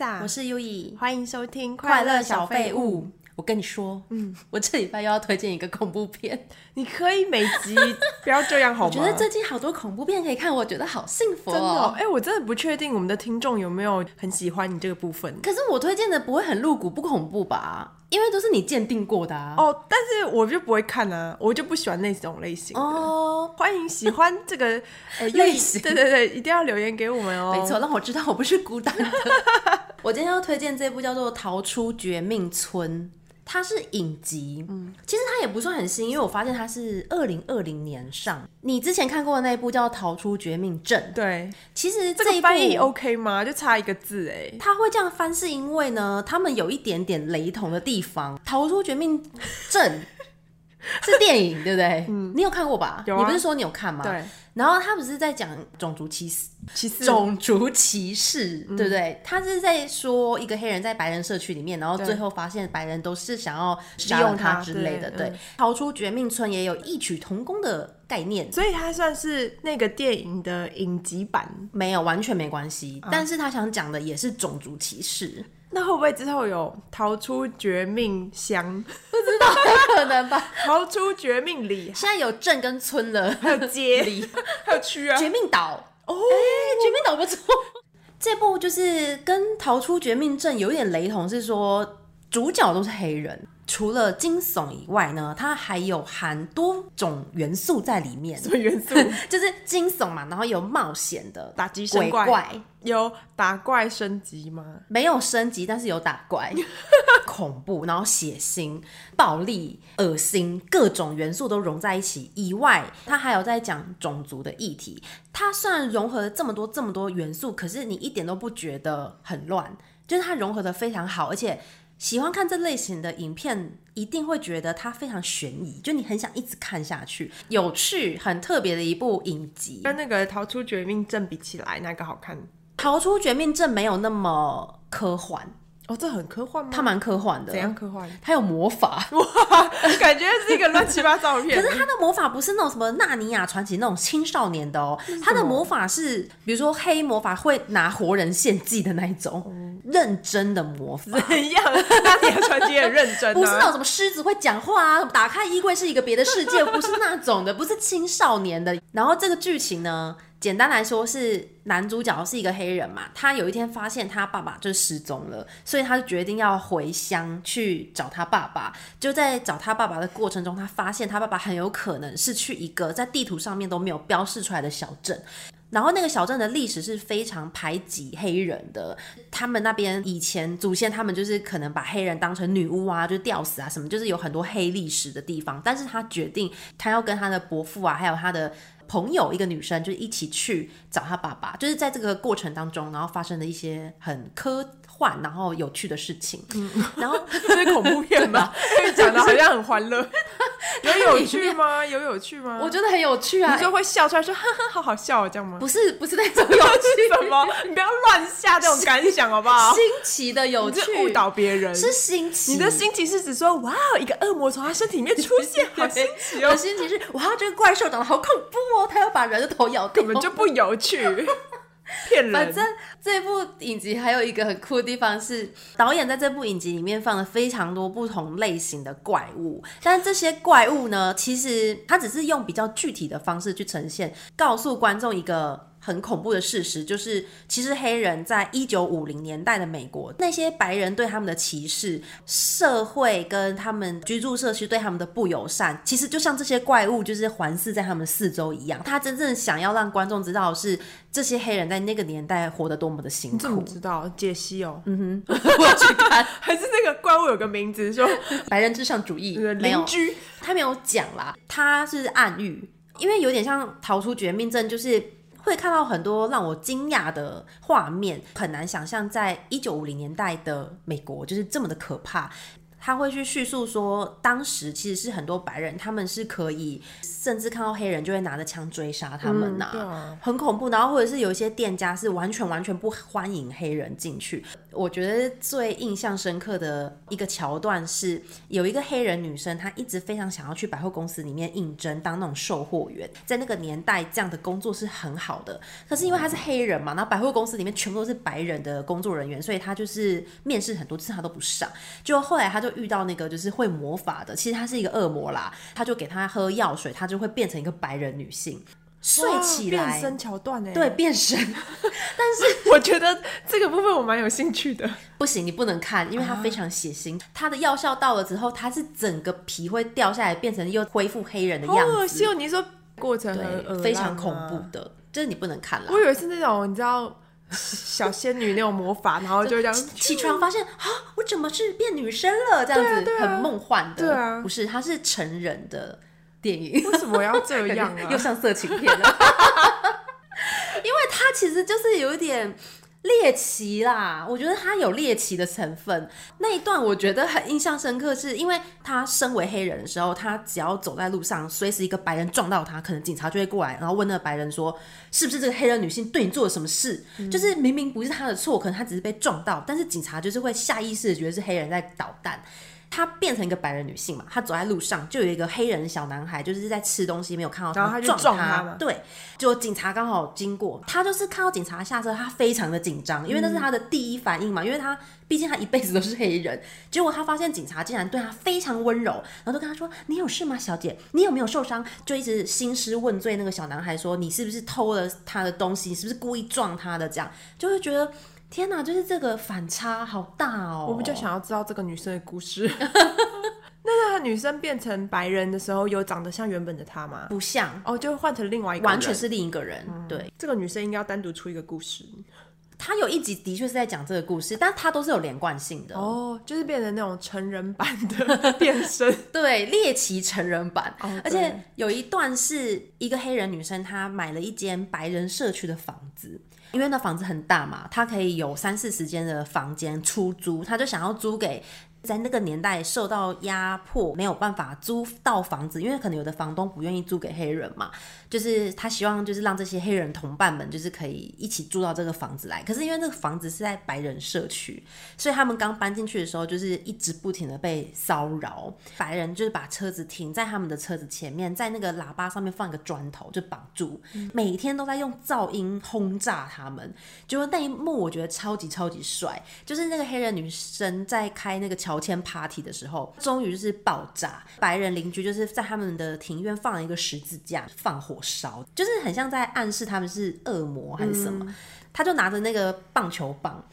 啊欢迎收听《快乐小废物》。我跟你说，嗯，我这礼拜又要推荐一个恐怖片，你可以每集不要这样好 我吗？觉得最近好多恐怖片可以看，我觉得好幸福、哦。真的哦，哎、我真的不确定我们的听众有没有很喜欢你这个部分可是我推荐的不会很露骨，不恐怖吧？因为都是你鉴定过的啊。哦，但是我就不会看啊，我就不喜欢那种类型的。哦，哎欢迎喜欢这 个、呃类型对对对，一定要留言给我们哦。没，错，让我知道我不是孤单 的。我今天要推荐这部叫做《逃出绝命村》，它是影集，嗯，其实它也不算很新，因为我发现它是二零二零年上。你之前看过的那一部叫《逃出绝命镇》，对，其实这这个一部翻译 OK 吗？就差一个字哎。他会这样翻，是因为呢，他们有一点点雷同的地方。《逃出绝命镇》 是电影，对不对？你嗯有看过吧？有啊你不是说你有看吗？对。然后他不是在讲种族歧视，其实种族歧视，对不对？他是在说一个黑人在白人社区里面，然后最后发现白人都是想要利用用他之类的，对对。嗯逃出绝命村也有异曲同工的概念，所以它算是那个电影的影集版。没有完全没关系，但是他想讲的也是种族歧视，那会不会之后有逃出绝命 乡、 可能吧？逃出绝命里，现在有镇跟村了，还有街里，还有区啊？ 绝命岛》哦，哎，《绝命岛》不错。这部就是跟《逃出绝命镇》有点雷同，是说主角都是黑人，除了惊悚以外呢，它还有含多种元素在里面，什么元素？就是惊悚嘛，然后有冒险的打击生鬼怪怪， 有打怪升级吗？没有升级，但是有打怪，恐怖，然后血腥、暴力、恶心，各种元素都融在一起。以外，它还有在讲种族的议题。它虽然融合了这么多这么多元素，可是你一点都不觉得很乱，就是它融合的非常好，而且。喜欢看这类型的影片，一定会觉得它非常悬疑，就你很想一直看下去，有趣、很特别的一部影集。跟那个《逃出绝命镇》比起来，哪个好看？逃出绝命镇没有那么科幻，哦，这很科幻吗？它蛮科幻的。怎样科幻？他有魔法，感觉是一个乱七八糟的片可 是。他的魔法不是那种什么《纳尼亚传奇》那种青少年的哦，他的魔法是比如说黑魔法会拿活人献祭的那一种，认真的魔法，怎样？那你还传奇很认真、啊，不是那种什么狮子会讲话啊，打开衣柜是一个别的世界，不是那种的，不是青少年的。然后这个剧情呢，简单来说是男主角是一个黑人嘛，他有一天发现他爸爸就失踪了，所以他就决定要回乡去找他爸爸。就在找他爸爸的过程中，他发现他爸爸很有可能是去一个在地图上面都没有标示出来的小镇。然后那个小镇的历史是非常排挤黑人的，他们那边以前祖先他们就是可能把黑人当成女巫啊，就吊死啊什么，就是有很多黑历史的地方。但是他决定他要跟他的伯父啊，还有他的朋友一个女生，就是一起去找他爸爸。就是在这个过程当中，然后发生了一些很科幻然后有趣的事情。 然后这是恐怖片吗？因为讲的 好像很欢乐，有有趣 吗？有有趣吗？我觉得很有趣啊你，就会笑出来说哈哈，好好笑哦，这样吗？不是不是那种有趣 什么？你不要乱下这种感想好不好？新奇的有你趣这，误导别人。是新奇。你的心情是指说，哇，一个恶魔从他身体里面出现， 好新奇我哦的，心情是，哇，这个怪兽长得好恐怖哦，它要把人的头咬掉根。 本就不有趣，骗反人。正这部影集还有一个很酷的地方是，导演在这部影集里面放了非常多不同类型的怪物，但这些怪物呢，其实它只是用比较具体的方式去呈现，告诉观众一个。很恐怖的事实就是，其实黑人在一九五零年代的美国，那些白人对他们的歧视，社会跟他们居住社区对他们的不友善，其实就像这些怪物就是环视在他们四周一样。他真正想要让观众知道的是这些黑人在那个年代活得多么的辛你怎么 苦。知道？解析哦，嗯我去看还是那个怪物有个名字，说 白人至上主义，呃 没 有邻居他没有讲啦，他是暗喻，因为有点像逃出绝命镇，就是会看到很多让我惊讶的画面，很难想象在一九五零年代的美国就是这么的可怕。他会去叙述说，当时其实是很多白人，他们是可以，甚至看到黑人就会拿着枪追杀他们呐、嗯对啊很恐怖。然后或者是有一些店家是完全完全不欢迎黑人进去。我觉得最印象深刻的一个桥段是，有一个黑人女生，她一直非常想要去百货公司里面应征当那种售货员，在那个年代这样的工作是很好的。可是因为她是黑人嘛，然后百货公司里面全部都是白人的工作人员，所以她就是面试很多次她都不上。就后来她就遇到那个就是会魔法的，其实她是一个恶魔啦，她就给她喝药水，她就会变成一个白人女性。睡哇起变来，身桥段哎、对，，变身，我觉得这个部分我蛮有兴趣的。不行，你不能看，因为它啊非常血腥。它的药效到了之后，它是整个皮会掉下来，变成又恢复黑人的好样恶子，心哦！你说过程很恶对，烂非常恐怖吗。的，这你不能看啦我。以为是那种你知道小仙女那种魔法，然后就 这样。起床发现啊，我怎么是变女生了？这样子、对啊对啊很梦幻的，对啊不是，它是成人的电影。 为什么要这样 又啊？像色情片了。 因为它其实就是有一点猎奇啦，我觉得它有猎奇的成分。那一段我觉得很印象深刻，是因为他身为黑人的时候，他只要走在路上，随时一个白人撞到他，可能警察就会过来，然后问那个白人说：“是不是这个黑人女性对你做了什么事？”嗯就是明明不是他的错，可能他只是被撞到，但是警察就是会下意识的觉得是黑人在捣蛋。她变成一个白人女性嘛，她走在路上就有一个黑人小男孩，就是在吃东西没有看到然后他他就撞撞她他嘛对，就警察刚好经过，他就是看到警察下车，他非常的紧张，因为那嗯是他的第一反应嘛，因为他毕竟他一辈子都是黑人，结果他发现警察竟然对他非常温柔，然后就跟他说：“你有事吗，小姐？你有没有受伤？”就一直兴师问罪那个小男孩说：“你是不是偷了他的东西？你是不是故意撞他的？”这样就会觉得天哪，就是这个反差好大哦！我比较想要知道这个女生的故 事。那那个女生变成白人的时候，有长得像原本的她吗？不像，哦，就换成另外一个人。完全是另一个人，对。这个女生应该要单独出一个故事。嗯他有一集的确是在讲这个故事，但他都是有连贯性的。哦，就是变成那种成人版 的变身。对，猎奇成人版，哦而对且有一段是一个黑人女生，她买了一间白人社区的房子，因为那房子很大嘛，她可以有三四十间的房间出租，她就想要租给。在那个年代受到压迫，没有办法租到房子，因为可能有的房东不愿意租给黑人嘛，就是他希望就是让这些黑人同伴们就是可以一起住到这个房子来。可是因为那个房子是在白人社区，所以他们刚搬进去的时候，就是一直不停的被骚扰。白人就是把车子停在他们的车子前面，在那个喇叭上面放一个砖头就绑住，每天都在用噪音轰炸他们。结果那一幕我觉得超级超级帅，就是那个黑人女生在开那个乔迁 party 的时候，终于就是爆炸。白人邻居就是在他们的庭院放了一个十字架，放火烧，就是很像在暗示他们是恶魔还是什么。他就拿着那个棒球棒，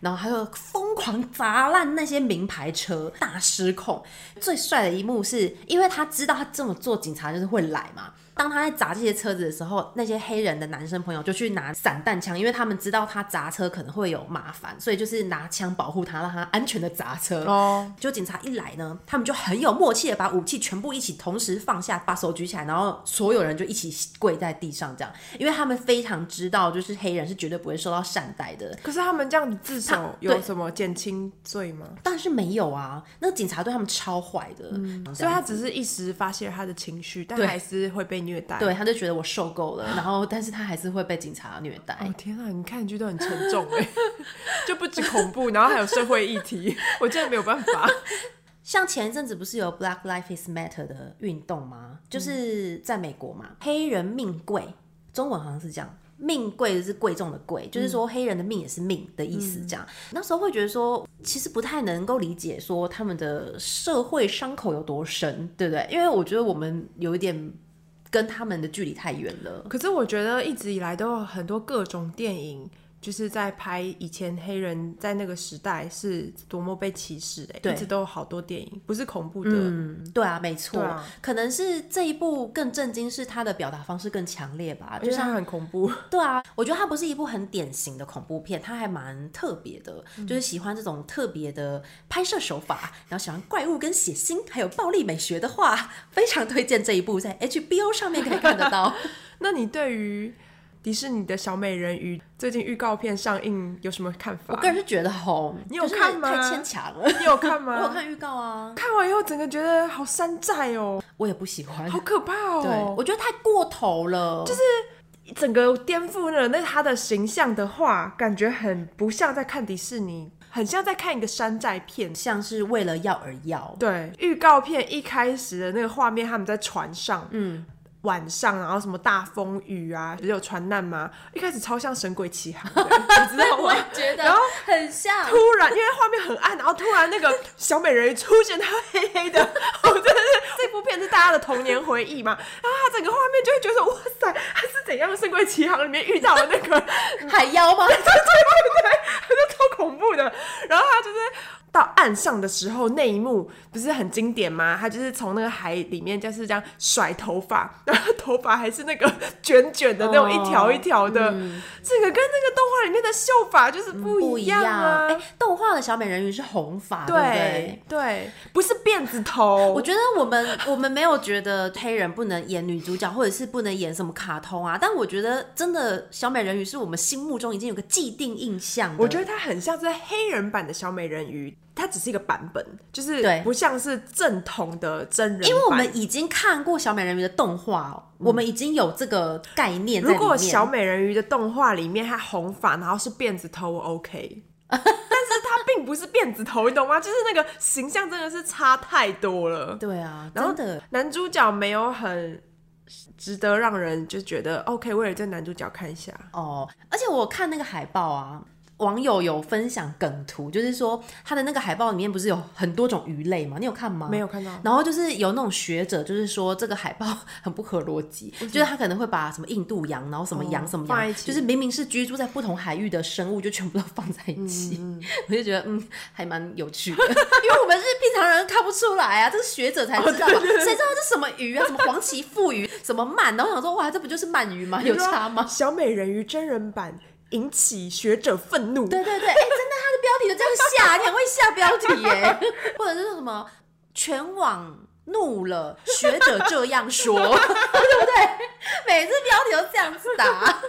然后他就疯狂砸烂那些名牌车，大失控。最帅的一幕是，因为他知道他这么做，警察就是会来嘛。当他在砸这些车子的时候，那些黑人的男生朋友就去拿散弹枪，因为他们知道他砸车可能会有麻烦，所以就是拿枪保护他，让他安全的砸车。哦，就警察一来呢，他们就很有默契的把武器全部一起同时放下，把手举起来，然后所有人就一起跪在地上，这样，因为他们非常知道，就是黑人是绝对不会受到善待的。可是他们这样子自首对有什么减轻罪吗？但是没有啊，那个警察对他们超坏的，所以他只是一时发泄了他的情绪，但还是会被虐待。对，他就觉得我受够了，然后但是他还是会被警察虐待。哦天啊，你看剧都很沉重哎， 就不止恐怖，然后还有社会议题，我真的没有办法。像前一阵子不是有 Black Lives Matter 的运动嗯吗？就是在美国嘛，黑人命贵，中文好像是这样。命贵就是贵重的贵，嗯就是说黑人的命也是命的意思。这样、那时候会觉得说，其实不太能够理解说他们的社会伤口有多深，对不对？因为我觉得我们有一点跟他们的距离太远了。可是我觉得一直以来都有很多各种电影，就是在拍以前黑人在那个时代是多么被歧视哎，对一直都有好多电影，不是恐怖的，嗯，对啊，没错，对啊可能是这一部更震惊，是他的表达方式更强烈吧，就就是是它它很恐怖。 对啊，我觉得它不是一部很典型的恐怖片，它还蛮特别的，就是喜欢这种特别的拍摄手法，然后喜欢怪物跟血腥，还有暴力美学的 话，非常推荐这一部，在 HBO 上面可以看得到。那你对于迪士尼的小美人鱼最近预告片上映有什么看法？我个人是觉得吼，你有就是看吗太牵强了。你有看吗？我有看预告啊，看完以后，整个觉得好山寨哦，我也不喜欢。好可怕哦。对，我觉得太过头了，就是整个颠覆了那他的形象的话，感觉很不像在看迪士尼，很像在看一个山寨片。像是为了要而要。对，预告片一开始的那个画面，他们在船上，嗯，晚上，然后什么大风雨啊，不是有船难吗？一开始超像《神鬼奇航》的， 你知道吗？觉然后很像突然，因为画面很暗，然后突然那个小美人鱼出现，她黑黑的， 我真的是这部片是大家的童年回忆嘛。 然后她整个画面就会觉得，哇塞，她是怎样《神鬼奇航》里面遇到的那个海妖吗？超恐怖的。然后他就是到岸上的时候，那一幕不是很经典吗？他就是从那个海里面就是这样甩头发，然后他头发还是那个卷卷的那种，哦一条一条的，这个跟那个动画里面的秀法就是不一样啊。哎哎、动画的小美人鱼是红发，对不对对？对，不是辫子头，我觉得我们我们没有觉得黑人不能演女主角，或者是不能演什么卡通啊，但我觉得真的小美人鱼是我们心目中已经有个既定印象的。我觉得它很像是黑人版的小美人鱼，它只是一个版本，就是对不像是正统的真人版。因为我们已经看过小美人鱼的动画哦，我们已经有这个概念在里嗯如面。果小美人鱼的动画里面她红发，然后是辫子头，我 OK。但是她并不是辫子头，你懂吗？就是那个形象真的是差太多了。对啊，然后真的男主角没有很值得让人就觉得 OK，为了这男主角看一下。哦，而且我看那个海报啊。网友有分享梗图，就是说他的那个海报里面不是有很多种鱼类吗？你有看吗？没有看到然后就是有那种学者，就是说这个海报很不合逻辑，就是他可能会把什么印度洋，然后什么洋哦什么放在洋，一起就是明明是居住在不同海域的生物，就全部都放在一起。我就觉得嗯，还蛮有趣的， 因为我们是平常人看不出来啊，这是学者才知道嘛，谁知道这什么鱼啊，什么黄 鳍腹鱼，什么鳗，然后想说哇，这不就是鳗鱼吗？有差吗？小美人鱼真人版引起学者愤怒。对对对，哎、真的，它的标题就这样下，你很会下标题耶， 或者是什么全网怒了，学者这样说， 对不对？每次标题都这样子打，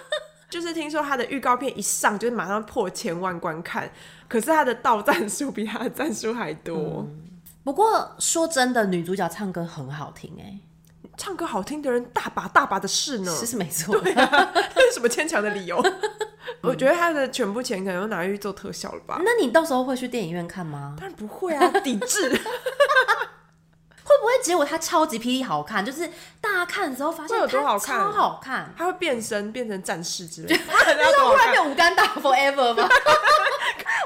就是听说他的预告片一上，就是马上破千万观看，可是他的到赞数比他的赞数还多。嗯不过说真的，女主角唱歌很好听哎、唱歌好听的人大把大把的事呢，其实没错，啊这 是什么牵强的理由？ 我觉得他的全部钱可能都拿去做特效了吧？那你到时候会去电影院看吗？当然不会啊，抵制。 会不会结果它超级霹雳好看？就是大家看的时候发现会有多它好看超好看，他会变身变成战士之类 的，他要多好不然看没？有武干打 forever 吗？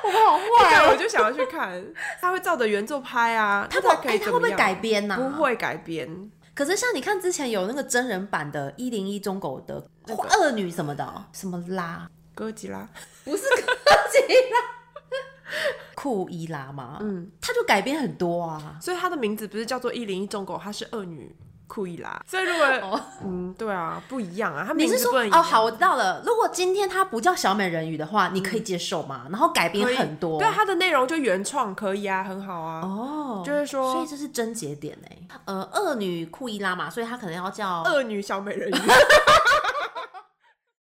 我们好 坏对，啊哦、 我就想要去看。他会照着原作拍啊，他那会他可哎以它怎会不么会样？改编啊呐、不会改编，可是像你看之前有那个真人版的《一零一中狗》的恶女什么的哦，什么拉，哥吉拉。不是哥吉 拉，库伊拉嘛，嗯，他就改编很多啊。所以他的名字不是叫做一零一中狗，他是恶女库伊拉。所以如果、嗯，对啊，不一样啊，他哦你名是字说不能一哦，样好，我知道了。如果今天他不叫小美人鱼的话，你可以接受吗？然后改编可以很多，对啊他的内容就原创可以啊，很好啊，哦，就是说所以这是真节点哎。呃，恶女库伊拉嘛，所以他可能要叫恶女小美人鱼。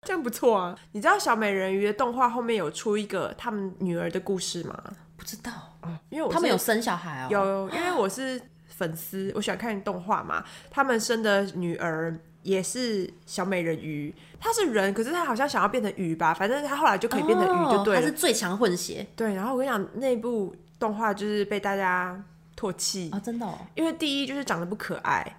这样不错啊！你知道小美人鱼的动画后面有出一个他们女儿的故事吗？不知道，因为我是他们有生小孩哦，有，因为我是粉丝，我喜欢看动画嘛。他们生的女儿也是小美人鱼，她是人，可是她好像想要变成鱼吧，反正她后来就可以变成鱼就对他了。哦是最强混血对，然后我跟你讲，那部动画就是被大家唾弃，啊，真的哦。因为第一就是长得不可爱，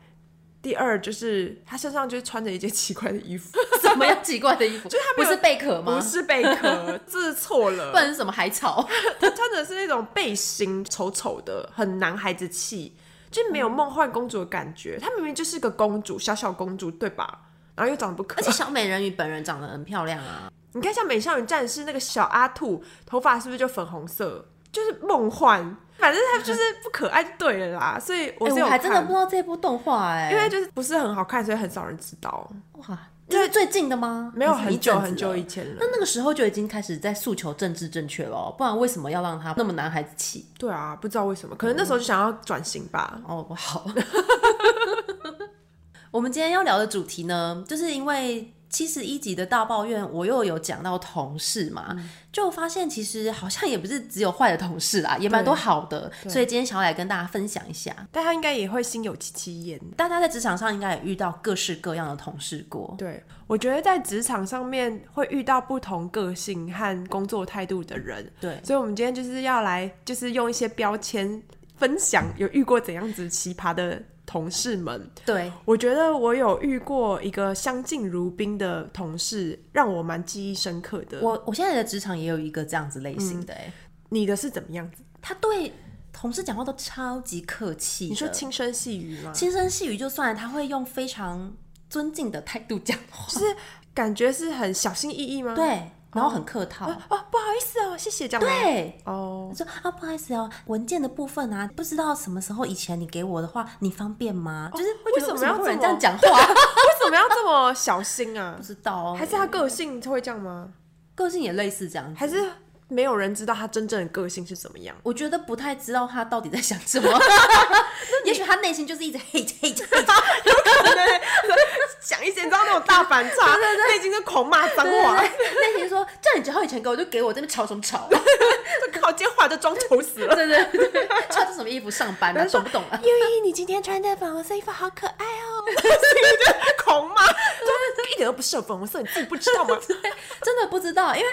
第二就是她身上就是穿着一件奇怪的衣服， 什么样奇怪的衣服？就是他不没有是贝壳吗？不是贝壳，这是错了 不。然是什么海草？她穿的是那种背心，丑丑的，很男孩子气，就没有梦幻公主的感觉。她明明就是个公主，小小公主，对吧？然后又长得不可 而且爱。小美人鱼本人长得很漂亮啊，你看像美少女战士那个小阿兔，头发是不是就粉红色？就是梦幻，反正她就是不可爱就对了啦。所以 我哎是有我还真的看不知道这部动画哎、因为就是不是很好看，所以很少人知道。哇，这是最近的吗？没有还是一很久阵子很久了以。前了那。那个时候就已经开始在诉求政治正确了哦，不然为什么要让他那么男孩子气？对啊，不知道为什么，可能那时候就想要转型吧。哦， 不好。我们今天要聊的主题呢，就是因为七十一集的大抱怨，我又有讲到同事嘛，嗯就发现其实好像也不是只有坏的同事啦，也蛮多好的，所以今天想要来跟大家分享一下，但他应该也会心有戚戚焉。大家在职场上应该也遇到各式各样的同事过，对，我觉得在职场上面会遇到不同个性和工作态度的人，对，所以我们今天就是要来，就是用一些标签分享有遇过怎样子奇葩的同事们。对，我觉得我有遇过一个相敬如宾的同事，让我蛮记忆深刻的。我我现在的职场也有一个这样子类型嗯的、欸，你的是怎么样子？他对同事讲话都超级客气的，你说轻声细语吗？轻声细语就算了，他会用非常尊敬的态度讲话，就是感觉是很小心翼翼吗？啊对，然后很客套，嗯哦，不好意思哦，谢谢这样吗。对。哦我，说啊，不好意思哦，文件的部分啊，不知道什么时候以前你给我的话，你方便吗？就是哦为我觉得什么为要会有人这这么样讲 话？为什么要这么小心啊 不？知道哦，还是他个性会这样吗？个性也类似这样子，还是没有人知道他真正的个性是怎么 样？我觉得不太知道他到底在想什 么。也许他内心就是一直 hate hate hate，讲一些你知道那种大反 差，内心就狂骂脏话，内心说叫你之后以前给我就给我，这边吵什么吵？就 靠接话就装丑死了。对对对，穿着什么衣服上班啊？懂不懂啊？优一，你今天穿的粉红色衣服好可爱 哦！就狂骂，就一点都不是粉红色，你自己不知道吗？真的不知道，因为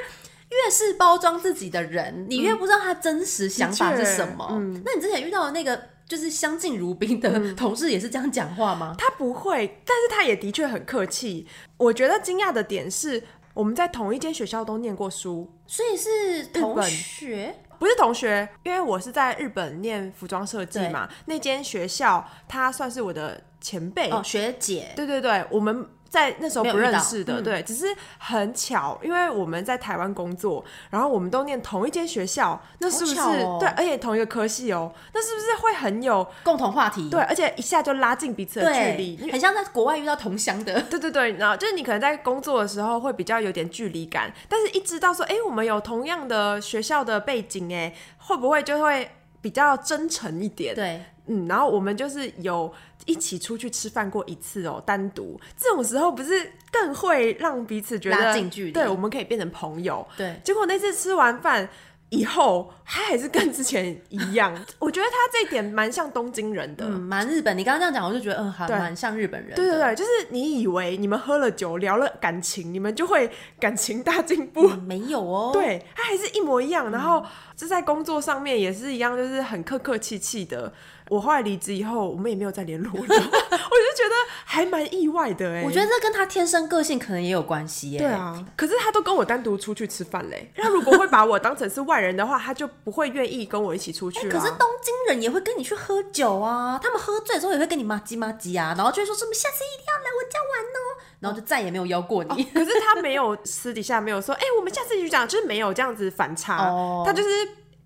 越是包装自己的人，你越不知道他真实想法是什么。那你之前遇到的那个就是相敬如宾的同事也是这样讲话吗？ 他不会，但是他也的确很客气。我觉得惊讶的点是，我们在同一间学校都念过书，所以是同本学不是同学，因为我是在日本念服装设计嘛，那间学校他算是我的前辈。哦，学姐，对对对，我们在那时候没有不遇认到识的，嗯对，只是很巧，因为我们在台湾工作，然后我们都念同一间学校，那是不是、好巧哦对？而且同一个科系哦，那是不是会很有共同话题，对？而且一下就拉近彼此的距离，嗯 对，很像在国外遇到同乡的。对对对，然后就是你可能在工作的时候会比较有点距离感，但是一知道说，哎，我们有同样的学校的背景，哎，会不会就会比较真诚一点？，对，嗯，然后我们就是有一起出去吃饭过一次哦，单独这种时候不是更会让彼此觉得拉近距离对，我们可以变成朋友。对结果那次吃完饭。以后他还是跟之前一 样，我觉得他这一点蛮像东京人的，嗯，蛮日本。你刚刚这样讲，我就觉得，嗯，还对蛮像日本人的。对对啊对，就是你以为你们喝了酒聊了感情，你们就会感情大进步。嗯没有哦。，嗯对，他还是一模一样，然后就在工作上面也是一样，就是很客客气气的。我后来离职以后，我们也没有再联络 了，我就觉得还蛮意外的哎、我觉得这跟他天生个性可能也有关系耶。对，啊，可是他都跟我单独出去吃饭嘞。他如果会把我当成是外人的话，他就不会愿意跟我一起出去、啊哎可是东京人也会跟你去喝酒啊，他们喝醉的时候也会跟你骂鸡骂鸡啊，然后就会说什么下次一定要来我家玩哦，然后就再也没有邀过你。 可是他没有私底下没有说，哎、我们下次就讲，就是没有这样子反差，哦他就是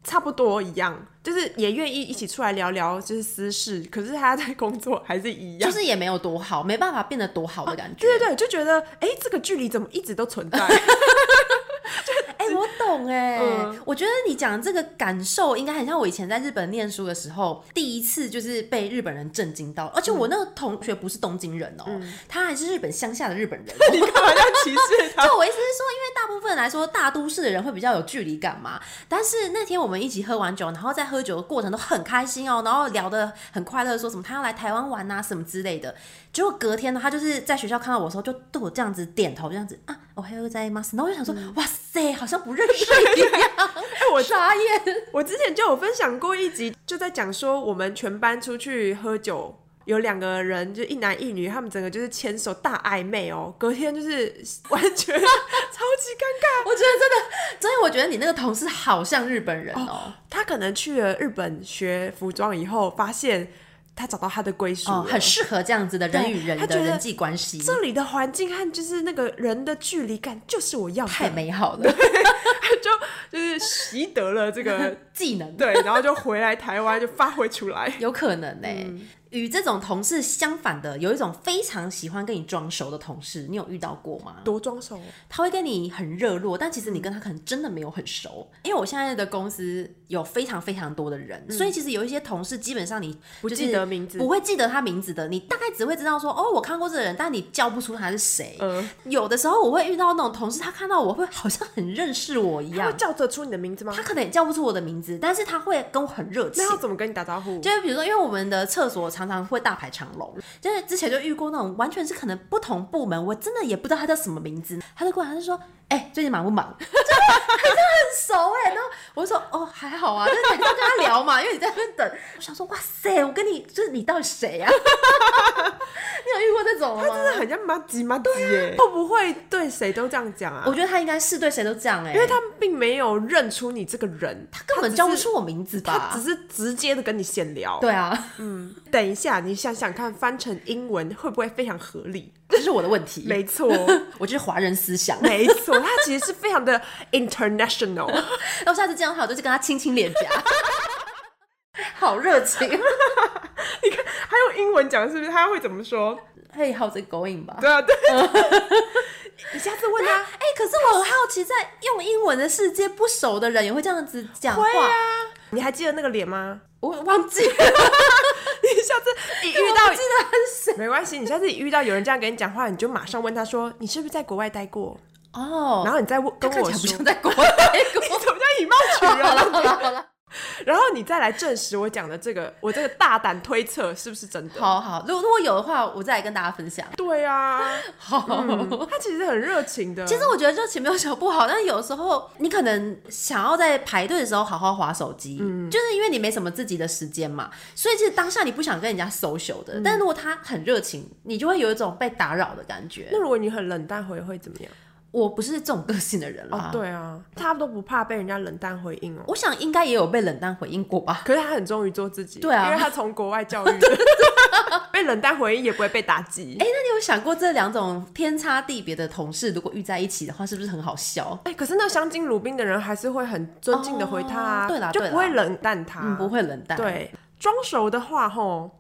差不多一样，就是也愿意一起出来聊聊就是私事，可是他在工作还是一样，啊就是也没有多好，没办法变得多好的感觉。对对对，就觉得哎、这个距离怎么一直都存 在？哎、我懂哎、嗯我觉得你讲这个感受应该很像我以前在日本念书的时候，第一次就是被日本人震惊到，而且我那个同学不是东京人哦、他还是日本乡下的日本人。你干嘛要歧视 他？ 就我意思是说，因为大部分来说，大都市的人会比较有距离感嘛。但是那天我们一起喝完酒，然后在喝酒的过程都很开心哦，然后聊得很快乐，说什么他要来台湾玩啊什么之类的。结果隔天呢，他就是在学校看到我的时候，就对我这样子点头，这样子啊，我还有在吗？然后我就想说，哇塞，好像不认识一样，嗯 哎、我傻眼。我之前就有分享过一集，就在讲说我们全班出去喝酒。有两个人，就一男一女，他们整个就是牵手大暧昧哦，隔天就是完全超级尴尬。我觉得真的，所以我觉得你那个同事好像日本人哦，他可能去了日本学服装以后，发现他找到他的归属了、哦，很适合这样子的人与他人觉的得人际关系， 这里的环境和就是那个人的距离感，就是我要的。 太美好了。就就是习得了这个技能对，然后就回来台湾就发挥出来。有可能呢、嗯与这种同事相反的，有一种非常喜欢跟你装熟的同事，你有遇到过吗？多装熟，他会跟你很热络，但其实你跟他可能真的没有很熟。嗯因为我现在的公司有非常非常多的人，所以其实有一些同事基本上你不就是记得名字不会记得他名字的，你大概只会知道说哦，我看过这个人，但你叫不出他是谁。嗯有的时候我会遇到那种同事，他看到我会好像很认识我一会样，叫得出你的名字吗他？可能也叫不出我的名字，但是他会跟我很热情那。要怎么跟你打招呼？就是比如说，因为我们的厕所常常会大排长龙，就是之前就遇过那种完全是可能不同部门，我真的也不知道他叫什么名字，他就过来他就说：“哎、最近忙不忙？” 就是真的很熟哎、然后我就说：“哦，还好啊。”就是你在跟他聊嘛，因为你在那边等。我想说：“哇塞，我跟你就是你到底谁呀、啊？” 你有遇过这种真吗？的很像妈吉妈吉耶，会不会对谁都这样讲啊？我觉得他应该是对谁都这样哎、因为他并没有认出你这个人，他根本只叫不是出我名字他吧只？是直接的跟你闲聊。对啊，等一下，你想想看，翻成英文会不会非常合理？这是我的问题。没 错，我就是华人思想。没错，它其实是非常的 international。 然后下次见到他，我就去跟他亲亲脸颊， 好热情。啊 他用英文讲是不是？他会怎么 说？ Hey, how's it going 吧？对啊， 对。你下次问他，哎、可是我很好奇，在用英文的世界，不熟的人也会这样子讲话，会啊，你还记得那个脸吗？我忘记 了，你下次一遇我到不记得他是谁没关系，你下次一遇到有人这样跟你讲话，你就马上问他说：“你是不是在国外待过？”哦。然后你再问他跟看我起来不说，像在国外待过。 你怎么叫以貌取人？啊好了好了好了， 然后你再来证实我讲的这个，我这个大胆推测是不是真的？好好，如果如果有的话，我再来跟大家分享。对啊，好。嗯他其实很热情的。其实我觉得热情没有什么不好，但是有时候你可能想要在排队的时候好好划手机，嗯就是因为你没什么自己的时间嘛，所以其实当下你不想跟人家 social 嗯的。但如果他很热情，你就会有一种被打扰的感觉那。如果你很冷淡回会怎么样？我不是这种个性的人啦，对啊，他都不怕被人家冷淡回应哦。我想应该也有被冷淡回应过吧。 可是他很忠于做自己，对啊因为他从国外教育 的， 被冷淡回应也不会被打击。哎、那你有想过这两种天差地别的同事如果遇在一起的话，是不是很好笑？哎、可是那相敬如宾的人还是会很尊敬的回他、啊哦对啦就对啦不会冷淡他，嗯，不会冷淡。，啊对，装熟的话，吼，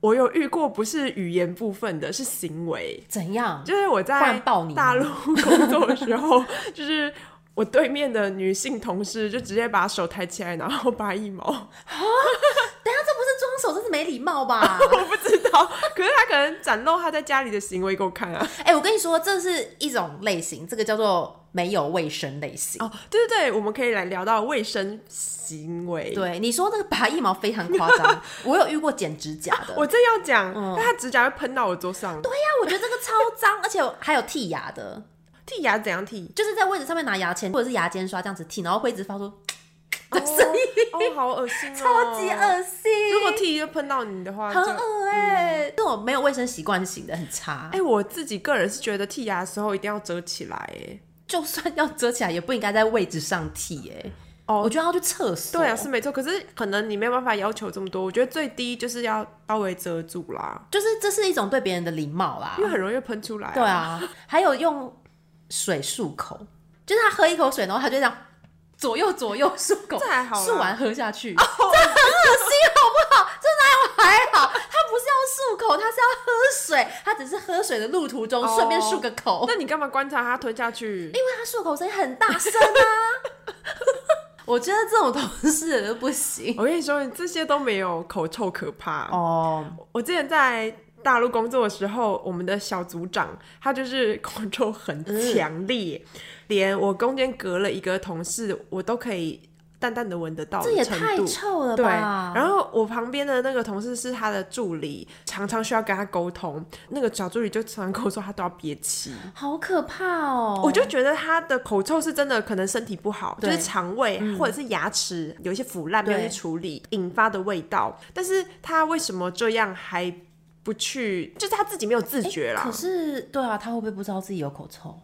我有遇过，不是语言部分的，是行为。怎样？就是我在换爆你吗大陆工作的时候， 就是我对面的女性同事就直接把手抬起来，然后拔腋毛。 等一下这不是装手，这是没礼貌 吧？我不知道，可是她可能展露她在家里的行为给我看啊。哎、我跟你说，这是一种类型，这个叫做没有卫生类型。哦，对对对，我们可以来聊到卫生行为。，对，你说那个拔腋毛非常夸 张，我有遇过剪指甲的。我正要讲，但她指甲会喷到我桌上。对，嗯对呀、我觉得这个超脏，而且还有剔牙的，剔牙怎样剔？就是在位置上面拿牙签或者是牙尖刷这样子剔，然后会一直发出的声音，哦，哦好恶心哦，超级。恶心。如果剔就喷到你的话，很就嗯恶哎、这种没有卫生习惯型的很差。哎、我自己个人是觉得剔牙的时候一定要遮起来，哎，就算要遮起来，也不应该在位置上剔哎、哦我觉得要去厕所。对啊，是没错。可是可能你没有办法要求这么多，我觉得最低就是要稍微遮住啦，就是这是一种对别人的礼貌啦。因为很容易喷出来、对，啊，还有用水漱口，就是他喝一口水，然后他就这样左右左右漱口，这还好啦哦漱完喝下 去，这很恶心，好不好？这哪有还好？他不是要漱口，他是要喝水，他只是喝水的路途中哦顺便漱个口，那你干嘛观察它吞下去？因为他漱口声音很大声啊。 我觉得这种同事都不行我跟你说，这些都没有口臭可怕。哦。我之前在大陆工作的时候，我们的小组长他就是口臭很嗯强烈，连我中间隔了一个同事，我都可以淡淡的闻得到这的也程太度。臭了对，吧！然后我旁边的那个同事是他的助理，常常需要跟他沟通。那个小助理就常常跟我说，他都要憋气。好可怕哦！我就觉得他的口臭是真的，可能身体不好，就对嗯是肠胃、或者是牙齿有一些腐烂没对有去处理引发的味道。但是他为什么这样还不去？就是他自己没有自觉啦可，是对啊，他会不会不知道自己有口臭？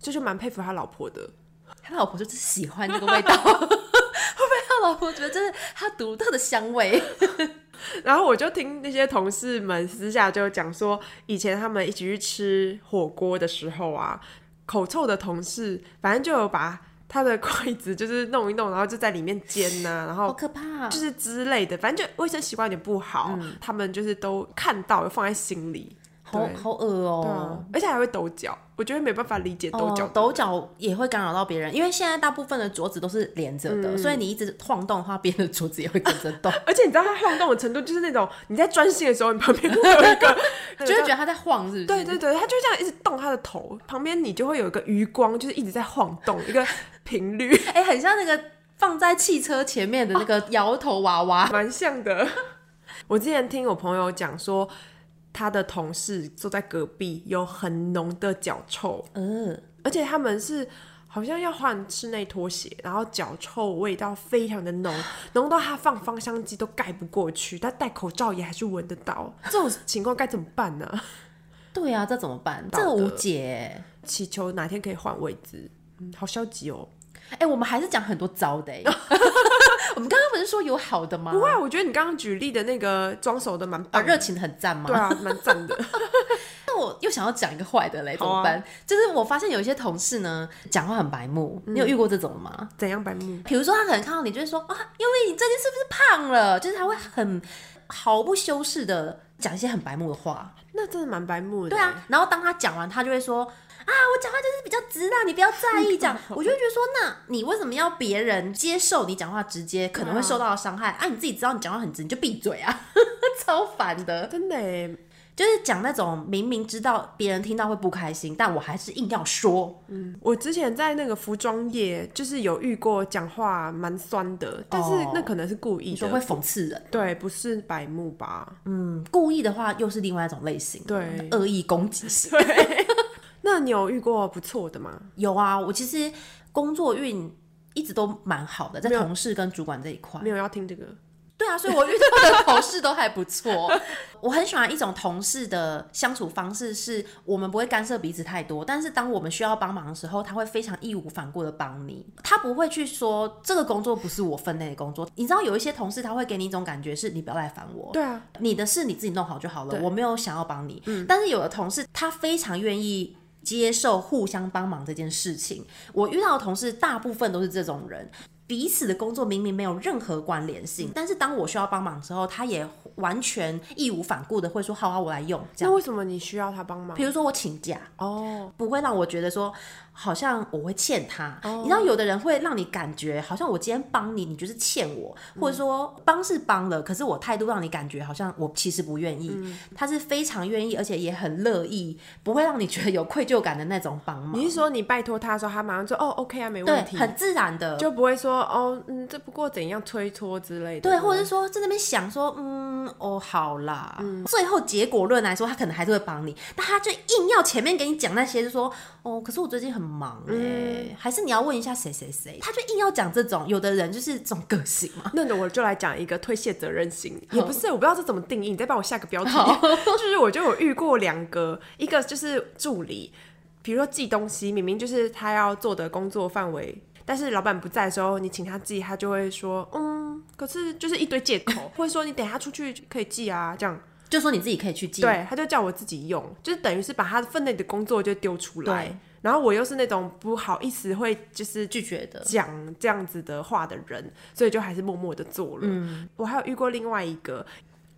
这就蛮佩服他老婆的。他老婆就是喜欢这个味道，会不会他老婆觉得这是他独特的香味？然后我就听那些同事们私下就讲说，以前他们一起去吃火锅的时候啊，口臭的同事，反正就有把他的 筷子就是弄一弄，然后就在里面煎呐、然好后可怕、啊！就是之类的，反正就卫生习惯有点不好，嗯他们就是都看到，有放在心里。好对啊好恶哦、而且还会抖脚，我觉得没办法理解抖哦脚、抖脚也会干扰到别人，因为现在大部分的桌子都是连着的，所以你一直晃动的话，别人的桌子也会跟着动，而且你知道它晃动的程度，就是那种你在专心的时候，你旁边会有一 个就会觉得他在晃，是不是？对对对，他就这样一直动他的头，旁边你就会有一个余光，就是一直在晃动，一个频率，哎、很像那个放在汽车前面的那个摇头娃娃。蛮像的。我之前听我朋友讲说，他的同事坐在隔壁，有很浓的脚臭，嗯、而且他们是好像要换室内拖鞋，然后脚臭味道非常的 浓，浓到他放芳香剂都盖不过去，他戴口罩也还是闻得到。 这种情况该怎么办呢、对啊，这怎么办？道这德个无解。祈求哪天可以换位置，嗯，好消极哦。哎、我们还是讲很多糟的、欸。 我们刚刚不是说有好的吗？不会啊，我觉得你刚刚举例的那个装熟的蛮啊，棒的，热情很赞吗？对啊，蛮赞 的。那我又想要讲一个坏的嘞，怎好啊么办？就是我发现有一些同事呢，讲话很白目，嗯你有遇过这种吗？怎样白目？比如说他可能看到你就会说啊，因为你最近是不是胖了？就是他会很毫不修饰的讲一些很白目的话。那真的蛮白目的。对啊，然后当他讲完，他就会说啊，我讲话就是比较直啦，你不要在意。这 样，我就会觉得说，那你为什么要别人接受你讲话直接可能会受到的伤害啊？你自己知道你讲话很直，你就闭嘴啊， 超烦的。真的耶，就是讲那种明明知道别人听到会不开心，但我还是硬要说。我之前在那个服装业，就是有遇过讲话蛮酸的，但是那可能是故意哦你说的，会讽刺人，对，不是白目吧？嗯，故意的话又是另外一种类型，对恶意攻击型。那你有遇过不错的吗？有啊，我其实工作运一直都蛮好的，在同事跟主管这一块没。有要听这个，对啊，所以我遇到的同事都还不错。 我很喜欢一种同事的相处方式，是我们不会干涉彼此太多，但是当我们需要帮忙的时候，他会非常义无反顾的帮你。他不会去说这个工作不是我分内的工作。你知道有一些同事他会给你一种感觉是，你不要来烦我。对啊，你的事你自己弄好就好了对，我没有想要帮你。但是有的同事他非常愿意接受互相帮忙这件事情。我遇到的同事大部分都是这种人，彼此的工作明明没有任何关联性，但是当我需要帮忙之后，他也完全义无反顾的会说：“好啊，我来用。”这那样，为什么你需要他帮忙比？如说我请假，哦，不会让我觉得说好像我会欠他。哦你知道，有的人会让你感觉好像我今天帮你，你就是欠我，嗯或者说帮是帮了，可是我态度让你感觉好像我其实不愿意。嗯他是非常愿意，而且也很乐意，不会让你觉得有愧疚感的那种帮忙你。是说你拜托他的时候，他马上说哦，OK 啊，没对问，题，很自然的。就不会说哦，嗯，这不过怎样推脱之类的，对，或者是说在那边想说，嗯，哦，好啦，嗯最后结果论来说，他可能还是会帮你，但他就硬要前面给你讲那些，就说，哦，可是我最近很忙哎、嗯还是你要问一下谁谁谁，他就硬要讲这种，有的人就是这种个性嘛。那我就来讲一个推卸责任心，也不是，我不知道这怎么定义，你再帮我下个标题好。 就是我就有遇过两个，一个就是助理，比如说寄东西，明明就是他要做的工作范围，但是老板不在的时候，你请他寄，他就会说，嗯，可是就是一堆借口， 或者说你等一下出去可以寄啊，这样。就说你自己可以去记，对，他就叫我自己用，就是等于是把他分内的工作就丢出来对。然后我又是那种不好意思会就是拒绝的，讲这样子的话的人，所以就还是默默的做了。我还有遇过另外一个，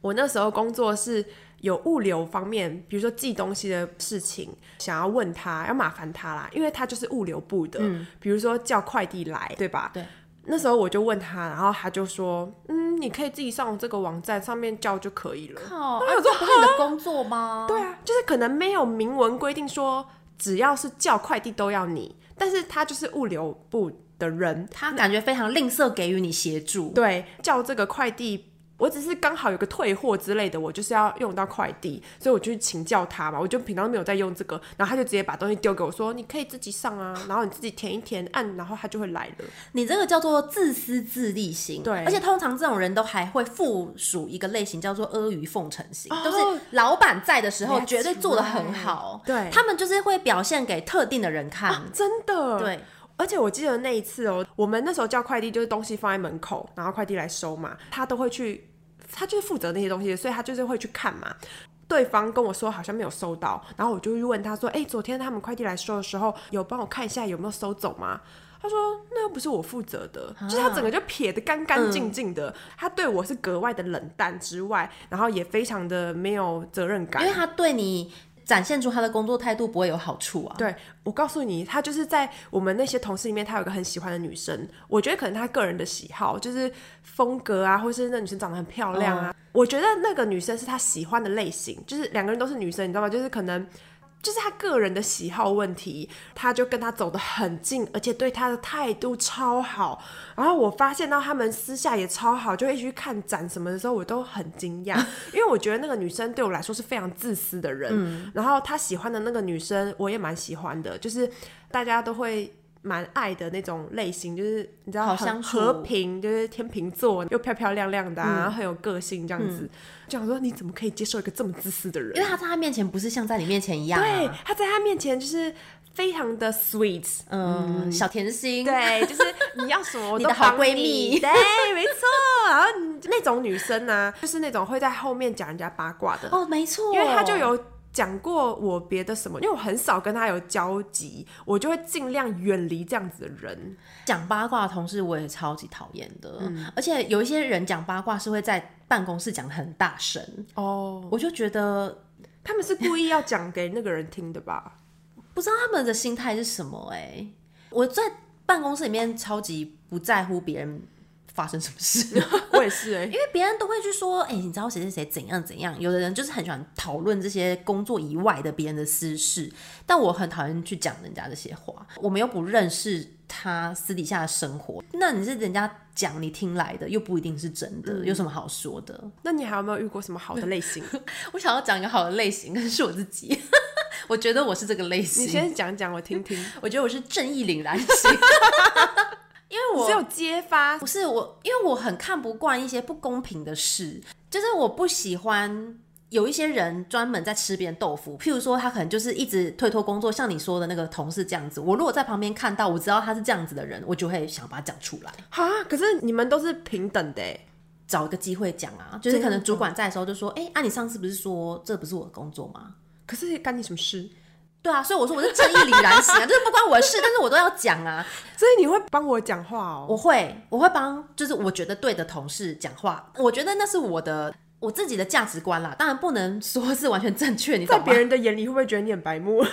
我那时候工作是有物流方面，比如说寄东西的事情，想要问他，要麻烦他啦，因为他就是物流部的，比如说叫快递来，对吧？对。那时候我就问他，然后他就说：“嗯，你可以自己上这个网站上面叫就可以了。”哦，啊，这不是你的工作吗？对啊，就是可能没有明文规定说只要是叫快递都要你，但是他就是物流部的人，他感觉非常吝啬给予你协助，对，叫这个快递，我只是刚好有个退货之类的，我就是要用到快递，所以我就去请教他嘛。我就平常没有在用这个，然后他就直接把东西丢给我说，你可以自己上啊，然后你自己填一填，按，然后他就会来了。你这个叫做自私自利型，对而且通常这种人都还会附属一个类型叫做阿谀奉承型，哦都是老板在的时候 That's 绝对做的很好 right，对哦他们就是会表现给特定的人看，真的，。对，而且我记得那一次哦，我们那时候叫快递，就是东西放在门口，然后快递来收嘛，他都会去，他就是负责那些东西的，所以他就是会去看嘛。对方跟我说好像没有收到，然后我就去问他说：“哎、昨天他们快递来收的时候，有帮我看一下有没有收走吗？”他说那又不是我负责的，啊就是他整个就撇得干干嗯净净的。他对我是格外的冷淡之外，然后也非常的没有责任感因为。他对你展现出他的工作态度不会有好处啊。对我告诉你，他就是在我们那些同事里面，他有一个很喜欢的女生。我觉得可能他个人的喜好就是风格啊，或是那女生长得很漂亮啊。我觉得那个女生是他喜欢的类型，就是两个人都是女生，你知道吗？就是可能。就是他个人的喜好问题，他就跟他走得很近，而且对他的态度超好。然后我发现到他们私下也超好，就一起去看展什么的时候，我都很惊 讶，因为我觉得那个女生对我来说是非常自私的人。嗯然后他喜欢的那个女生，我也蛮喜欢的，就是大家都会。蛮爱的那种类型，就是你知道好很相处嗯和平，就是天秤座又漂漂亮亮的、啊，然后很有个性这样子。就想说你怎么可以接受一个这么自私的人？因为他在他面前不是像在你面前一样、对啊，，他在他面前就是非常的 sweet，嗯，小 甜心，对，就是你要什么我你都的好帮你闺蜜对，没错。然后你那种女生 呢、就是那种会在后面讲人家八卦的，哦，没错，因为她就有。讲过我别的什么，因为我很少跟她有交集，我就会尽量远离这样子的人。讲八卦的同事，我也超级讨厌的，嗯而且有一些人讲八卦是会在办公室讲的很大声，哦，我就觉得他们是故意要讲给那个人听的 吧？不知道他们的心态是什么哎、我在办公室里面超级不在乎别人发生什么事， 我也是哎、因为别人都会去说，哎、你知道谁谁谁怎样怎样。有的人就是很喜欢讨论这些工作以外的别人的私事，但我很讨厌去讲人家这些话。我们又不认识他私底下的生活，那你是人家讲你听来的，又不一定是真的，有什么好说的？那你还有没有遇过什么好的类型？我想要讲一个好的类型，可是我自己，我觉得我是这个 类你型，先讲讲我听听。我觉得我是正义凛然型，因为我只有揭发不是我，因为我很看不惯一些不公平的事，就是我不喜欢有一些人专门在吃别人豆腐。譬如说，他可能就是一直推脱工作，像你说的那个同事这样子。我如果在旁边看到，我知道他是这样子的人，我就会想把他讲出来，哈，可是你们都是平等的哎。找一个机会讲啊。就是可能主管在的时候就说：“哎、啊，你上次不是说这不是我的工作吗？”可是干你什么事？对啊，所以我说我是正义凛然型啊，就是不关我的事，但是我都要讲啊。所以你会帮我讲话哦。我会，我会帮，就是我觉得对的同事讲话，我觉得那是我的我自己的价值观啦。当然不能说是完全正确，你懂啊在吗别人的眼里会不会觉得你很白目？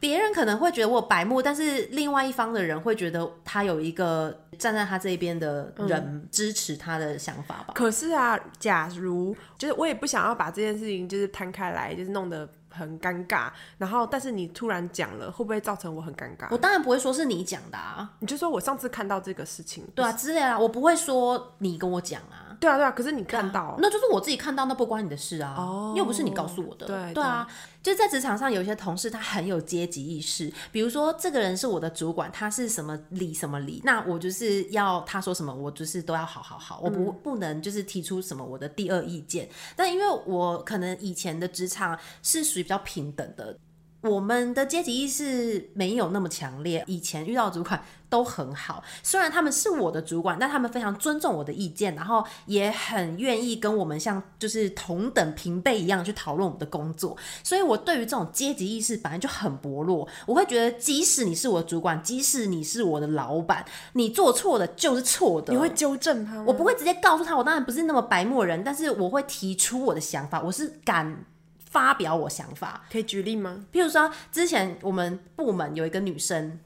别人可能会觉得我白目，但是另外一方的人会觉得他有一个站在他这一边的嗯人支持他的想法吧。可是啊，假如就是我也不想要把这件事情就是摊开来，就是弄得很尴尬。然后，但是你突然讲了，会不会造成我很尴尬？我当然不会说是你讲的啊，你就说我上次看到这个事情，对啊之类啊，我不会说你跟我讲啊。对啊，对啊。可是你看到，那就是我自己看到，那不关你的事啊，哦又不是你告诉我的。对啊，就是在职场上，有一些同事他很有阶级意识，比如说这个人是我的主管，他是什么理什么理，那我就是要他说什么，我就是都要好好嗯好，我不、不能就是提出什么我的第二意见。但因为我可能以前的职场是属于比较平等的。我们的阶级意识没有那么强烈，以前遇到的主管都很好，虽然他们是我的主管，但他们非常尊重我的意见，然后也很愿意跟我们像就是同等平辈一样去讨论我们的工作，所以我对于这种阶级意识本来就很薄弱，我会觉得即使你是我的主管，即使你是我的老板，你做错的就是错的，你会纠正他吗？我不会直接告诉他，我当然不是那么白目的人，但是我会提出我的想法，我是敢发表我想法。可以举例吗？譬如说，之前我们部门有一个女生，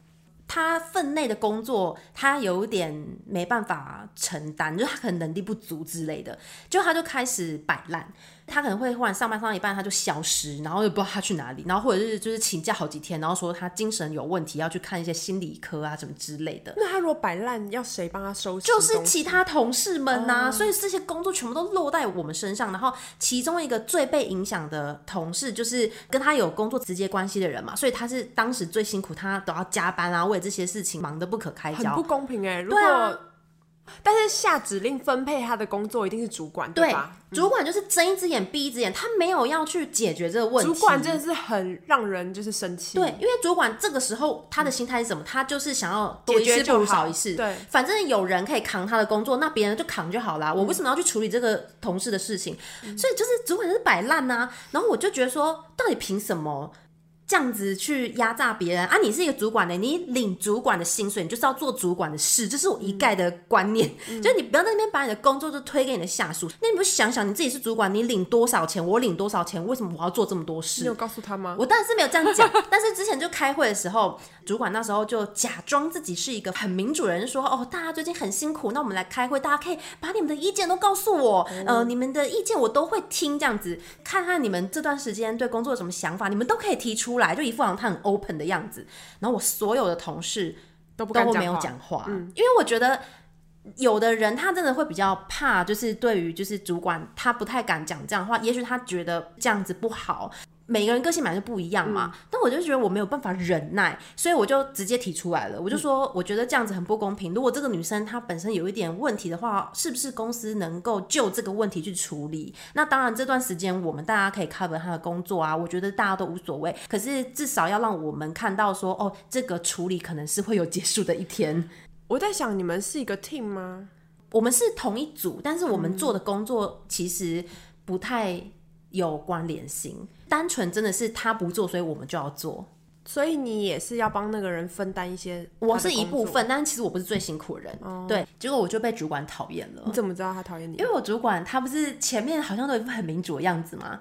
她分内的工作她有点没办法承担，就是她可能能力不足之类的，就她就开始摆烂。她可能会忽然上班上到一半，她就消失，然后又不知道她去哪里，然后或者是就是请假好几天，然后说她精神有问题，要去看一些心理科啊什么之类的。那他如果摆烂，要谁帮他收拾就东西？是其他同事们呐、所以这些工作全部都落在我们身上。然后其中一个最被影响的同事，就是跟他有工作直接关系的人嘛，所以他是当时最辛苦，他都要加班啊，为了这些事情忙得不可开很不交。公平哎、如果、对啊但是下指令分配他的工作一定是主管对吧？，主管就是睁一只眼闭一只眼，他没有要去解决这个问题。主管真的是很让人就是生气。对，，因为主管这个时候他的心态是什么？他就是想要多嗯解一决事不就如少好一事。对反正有人可以扛他的工作，那别人就扛就好啦。我为嗯什么要去处理这个同啊事的事情？所以就是主管就是摆烂呐、然后我就觉得说，到底凭什么？这样子去压榨别人啊！你是一个主管的，你领主管的薪水，你就是要做主管的事，这是我一嗯概的观念。 就是你不要在那边把你的工作就推给你的下属，那你不想想你自己是主管，你领多少钱，我领多少钱，为什么我要做这么多你有事？告诉他吗？我当然是没有这样讲，但是之前就开会的时候，主管那时候就假装自己是一个很民主的人，说哦，大家最近很辛苦，那我们来开会，大家可以把你们的意见都告诉我，呃，你们的意见我都会听，这样子看看你们这段时间对工作有什么想法，你们都可以提出来，就一副好像他很 open 的样子。然后我所有的同事都不都敢没有话讲话，因为我觉得有的人他真的会比较怕，就是对于就是主管他不太敢讲这样的话，也许他觉得这样子不好。每个人个性本来就不一样嘛，但我就觉得我没有办法忍耐，所以我就直接提出来了。我就说，我觉得这样子很不公平。如果这个女生她本身有一点问题的话，是不是公司能够就这个问题去处理？那当然，这段时间我们大家可以 cover 她的工作啊，我觉得大家都无所谓。可是至少要让我们看到说，哦，这个处理可能是会有结束的一天。我在想，你们是一个 team 吗？我们是同一组，但是我们做的工作其实不太有关联性，单纯真的是他不做，所以我们就要做。所以你也是要帮那个人分担一些。我是一部，分，但是其实我不是最辛苦的人。哦对，结果我就被主管讨厌了你。怎么知道他讨厌你因？为我主管他不是前面好像都有一副很民主的样子嘛，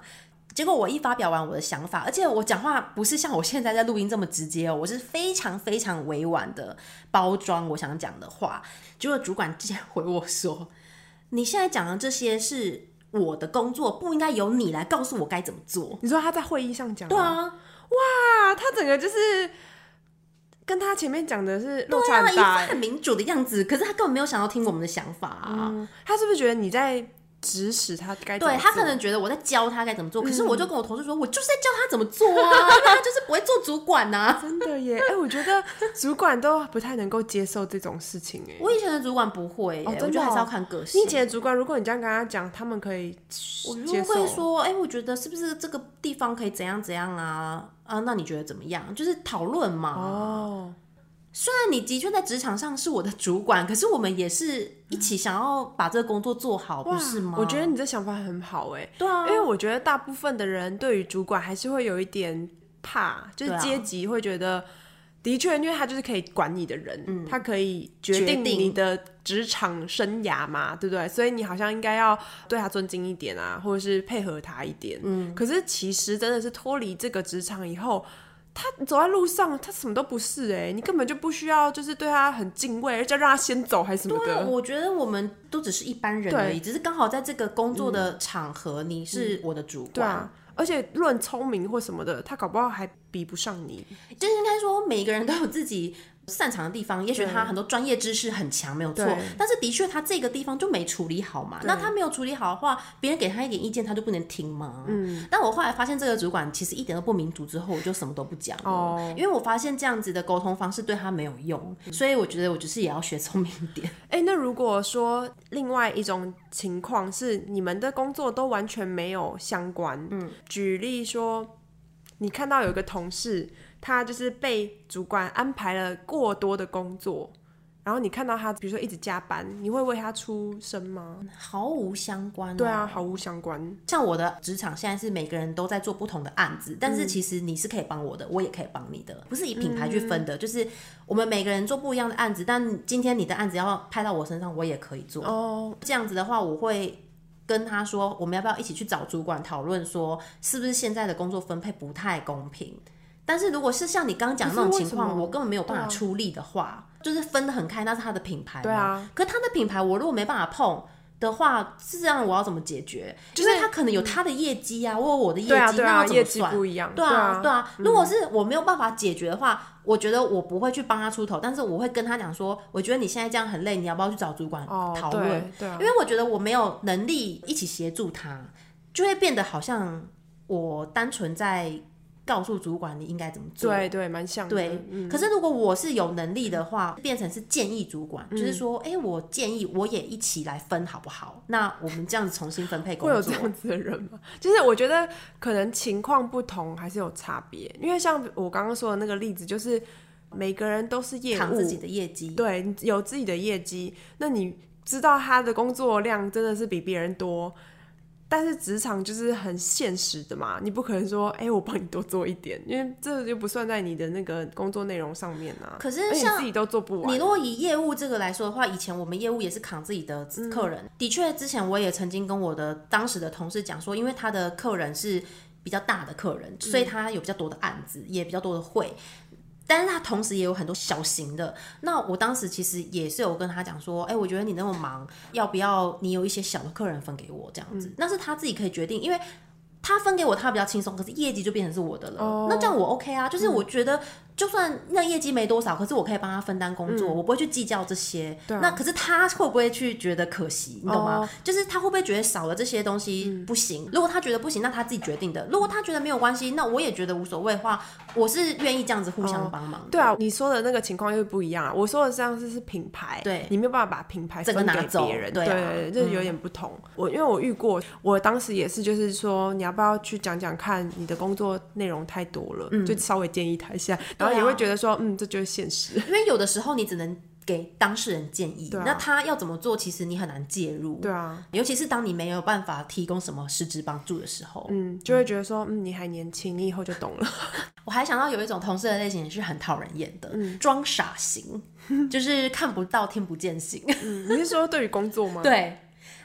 结果我一发表完我的想法，而且我讲话不是像我现在在录音这么直接哦，我是非常非常委婉的包装我想讲的话，结果主管竟然回我说：“你现在讲的这些是我的工作，不应该由你来告诉我该怎么做。你说他在会议上讲吗，”对啊，啊，他整个就是跟他前面讲的是落差很他啊一大、副欸很民主的样子，可是他根本没有想要听我们的想法啊。嗯他是不是觉得你在指使他该怎么对做？他可能觉得我在教他该怎么做，可嗯是我就跟我同事说，我就是在教他 怎么做啊，因为他就是不会做主管呐、 真的耶，哎、我觉得主管都不太能够接受这种事情哎。我以前的主管不会耶、哦真的我觉得还哦是要看个性。你以前的主管，如果你这样跟他讲，他们可以我接受。就会说，哎、我觉得是不是这个地方可以怎样怎样啊？啊，那你觉得怎么样？就是讨论嘛。哦，虽然你的确在职场上是我的主管，可是我们也是一起想要把这个工作做好，不是吗？我觉得你这想法很好哎，对啊因，为我觉得大部分的人对于主管还是会有一点怕，就是对啊阶级会觉得，的确，因为他就是可以管你的人，他可以决嗯决定定你的职场生涯嘛，对不对？所以你好像应该要对他尊敬一点啊，或者是配合他一点。嗯，可是其实真的是脱离这个职场以后。他走在路上，他什么都不是哎、你根本就不需要，就是对他很敬畏，而且让他先走还是什么对啊，的。我觉得我们都只是一般人而已，只是刚好在这个工作的场合，你是我的主嗯对管，啊，而且论聪明或什么的，他搞不好还比不上你。就是应该说每个人都有自己擅长的地方，也许他对很多专业知识很强，没有错对，但是的确他这个地方就没处理好嘛。那他没有处理好的话，别人给他一点意见，他就不能听吗？嗯。但我后来发现这个主管其实一点都不民主，之后我就什么都不讲了，哦嗯因为我发现这样子的沟通方式对他没有用，所以我觉得我就是也要学聪明一点。哎、那如果说另外一种情况是你们的工作都完全没有相关，嗯，举例说，你看到有一个同事，他就是被主管安排了过多的工作，然后你看到他，比如说一直加班，你会为他出声吗？毫无相关、对啊，。毫无相关。像我的职场现在是每个人都在做不同的案子，但嗯是其实你是可以帮我的，我也可以帮你的，不是以品牌嗯去分的，就是我们每个人做不一样的案子，但今天你的案子要派到我身上，我也可以做。哦，这样子的话，我会跟他说，我们要不要一起去找主管讨论，说是不是现在的工作分配不太公平？但是如果是像你刚刚讲的那种可是为情什况，么我根本没有办法对啊出力的话，就是分得很开，那是他的品牌嘛。对啊可他的品牌我如果没办法碰。的话是这样，我要怎么解决？就是因为他可能有他的业绩啊，我有我的业绩，对啊，对那啊，要怎么业绩算？不嗯一样。对啊，对啊。如果是我没有办法解决的话，我觉得我不会去帮他出头，但是我会跟他讲说，我觉得你现在这样很累，你要不要去找主管哦，讨论？对，对啊因，为我觉得我没有能力一起协助他，就会变得好像我单纯在告诉主管你应该怎么做。对对，蛮像的。对，可是如果我是有能力的话，变成是建议主管，嗯就是说，哎、我建议我也一起来分好不好？那我们这样子重新分配工 会有这作。样子的人吗？就是我觉得可能情况不同还是有差别，因为像我刚刚说的那个例子，就是每个人都是业扛务自，己的业绩，对，你有自己的业绩，那你知道他的工作量真的是比别人多。但是职场就是很现实的嘛，你不可能说，哎、我帮你多做一点，因为这就不算在你的那个工作内容上面啊。可是而且像你自己都做不你完啊如，果以业务这个来说的话，以前我们业务也是扛自己的客嗯人。的确，之前我也曾经跟我的当时的同事讲说，因为他的客人是比较大的客人，嗯所以他有比较多的案子，也比较多的会。但是他同时也有很多小型的，那我当时其实也是有跟他讲说，哎、我觉得你那么忙，要不要你有一些小的客人分给我这样嗯子？那是他自己可以决定，因为他分给我他比较轻松，可是业绩就变成是我的了。哦那这样我 OK 啊，嗯就是我觉得就算那业绩没多少，可是我可以帮他分担工嗯作，我不会去计较这些。那可是他会不会去觉得可惜？你懂吗？啊哦嗯就是他会不会觉得少了这些东西不行？如果他觉得不行，那他自己决定的；如果他觉得没有关系，那我也觉得无所谓的话，我是愿意这样子互相帮忙的。对啊，你说的那个情况又不一样啊。我说的这样是是品牌，对你没有办法把品牌整个分拿给走别人，对啊对，这有点不同。我因为我遇过，我当时也是，就是说你要不要去讲讲看，你的工作内容太多了，就稍微建议他一下，然后嗯对啊也会觉得说，嗯，这就是现实。 因为有的时候你只能给当事人建议，对啊那他要怎么做，其实你很难介入。对啊，尤其是当你没有办法提供什么实质帮助的时候，嗯，就会觉得说，嗯，你还年轻，你以后就懂了。 我还想到有一种同事的类型也是很讨人厌的，嗯装傻型，就是看不到听不见型。嗯你是说对于工作吗？对，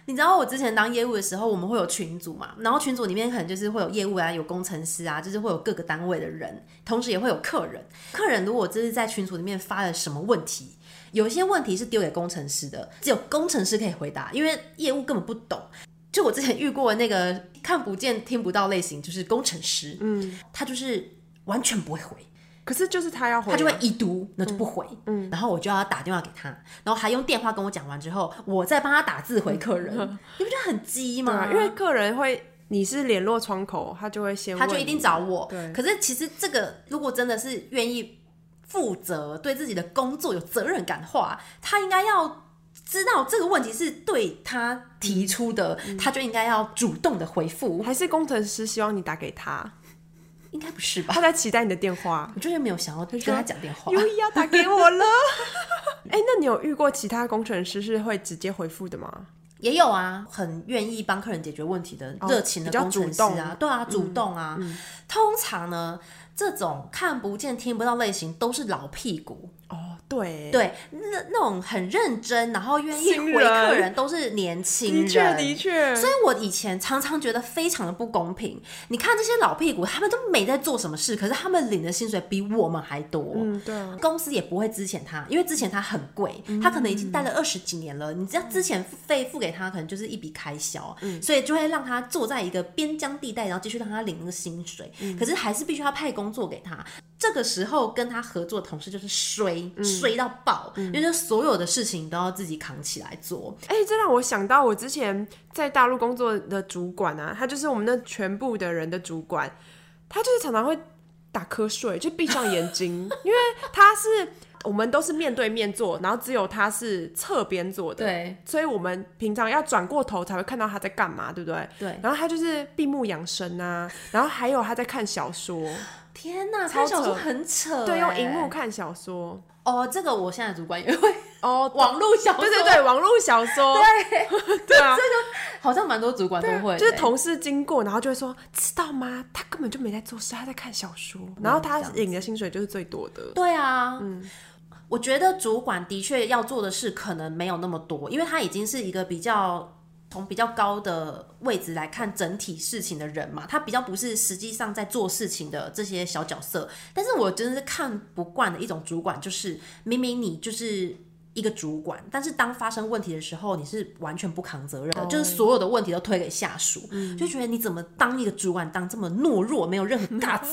你知道我之前当业务的时候，我们会有群组嘛，然后群组里面可能就是会有业务啊，有工程师啊，就是会有各个单位的人，同时也会有客人。客人如果就是在群组里面发了什么问题，有一些问题是丢给工程师的，只有工程师可以回答，因为业务根本不懂。就我之前遇过的那个看不见听不到类型，就是工程师，嗯，他就是完全不会回，可是就是他要回啊，他就会已读，那就不回。嗯，然后我就要打电话给他，然后还用电话跟我讲完之后，我再帮他打字回客人，你不觉得很鸡嗯对吗？啊，因为客人会，你是联络窗口，他就会先他就问一你定找我。对可是其实这个如果真的是愿意负责、对自己的工作有责任感的话，他应该要。知道这个问题是对他提出的，嗯他就应该要主动的回复，还是工程师希望你打给他，应该不是吧？。他在期待你的电话 我就是没有想要跟说他讲电话优。要打给我了。 哎、那你有遇过其他工程师是会直接回复的吗？也有啊，很愿意帮客人解决问题的热情的哦比较工程主师动嗯啊，对啊，主动啊。通常呢，这种看不见听不到类型都是老屁股，哦，对，对，那那种很认真，然后愿意新回人客人都是年轻的确人，的确。所以我以前常常觉得非常的不公平。你看这些老屁股，他们都没在做什么事，可是他们领的薪水比我们还多。嗯，对啊，公司也不会支遣他，因为之前他很贵，他可能已经嗯待了二十几年了，你只要之前付费付给他，可能就是一笔开销，嗯所以就会让他坐在一个边疆地带，然后继续让他领那个薪水，嗯可是还是必须要派工作给他。这个时候跟他合作的同事就是衰嗯衰到爆，因为就所有的事情都要自己扛起来做。哎、这让我想到我之前在大陆工作的主管啊，他就是我们那全部的人的主管，他就是常常会打瞌睡，就闭上眼 睛，因为他是我们都是面对面坐，然后只有他是侧边坐的，对所以我们平常要转过头才会看到他在干嘛，对不对？对，然后他就是闭目养神啊，然后还有他在看小 说，天哪，超看小扯说很扯欸，对，用荧幕看小说。哦，这个我现在的主管也会哦，网络小说，对对对，网络小说， 对对啊，好像蛮多主管都会的欸，就是同事经过，然后就会说，知道吗？他根本就没在做事，他在看小说。然后他这样领的薪水就是最多的。对啊，嗯。我觉得主管的确要做的事可能没有那么多，因为他已经是一个比较从比较高的位置来看整体事情的人嘛，他比较不是实际上在做事情的这些小角色。但是我真的是看不惯的一种主管，就是明明你就是一个主管，但是当发生问题的时候，你是完全不扛责任的，就是所有的问题都推给下属，就觉得你怎么当一个主管当这么懦弱，没有任何大志。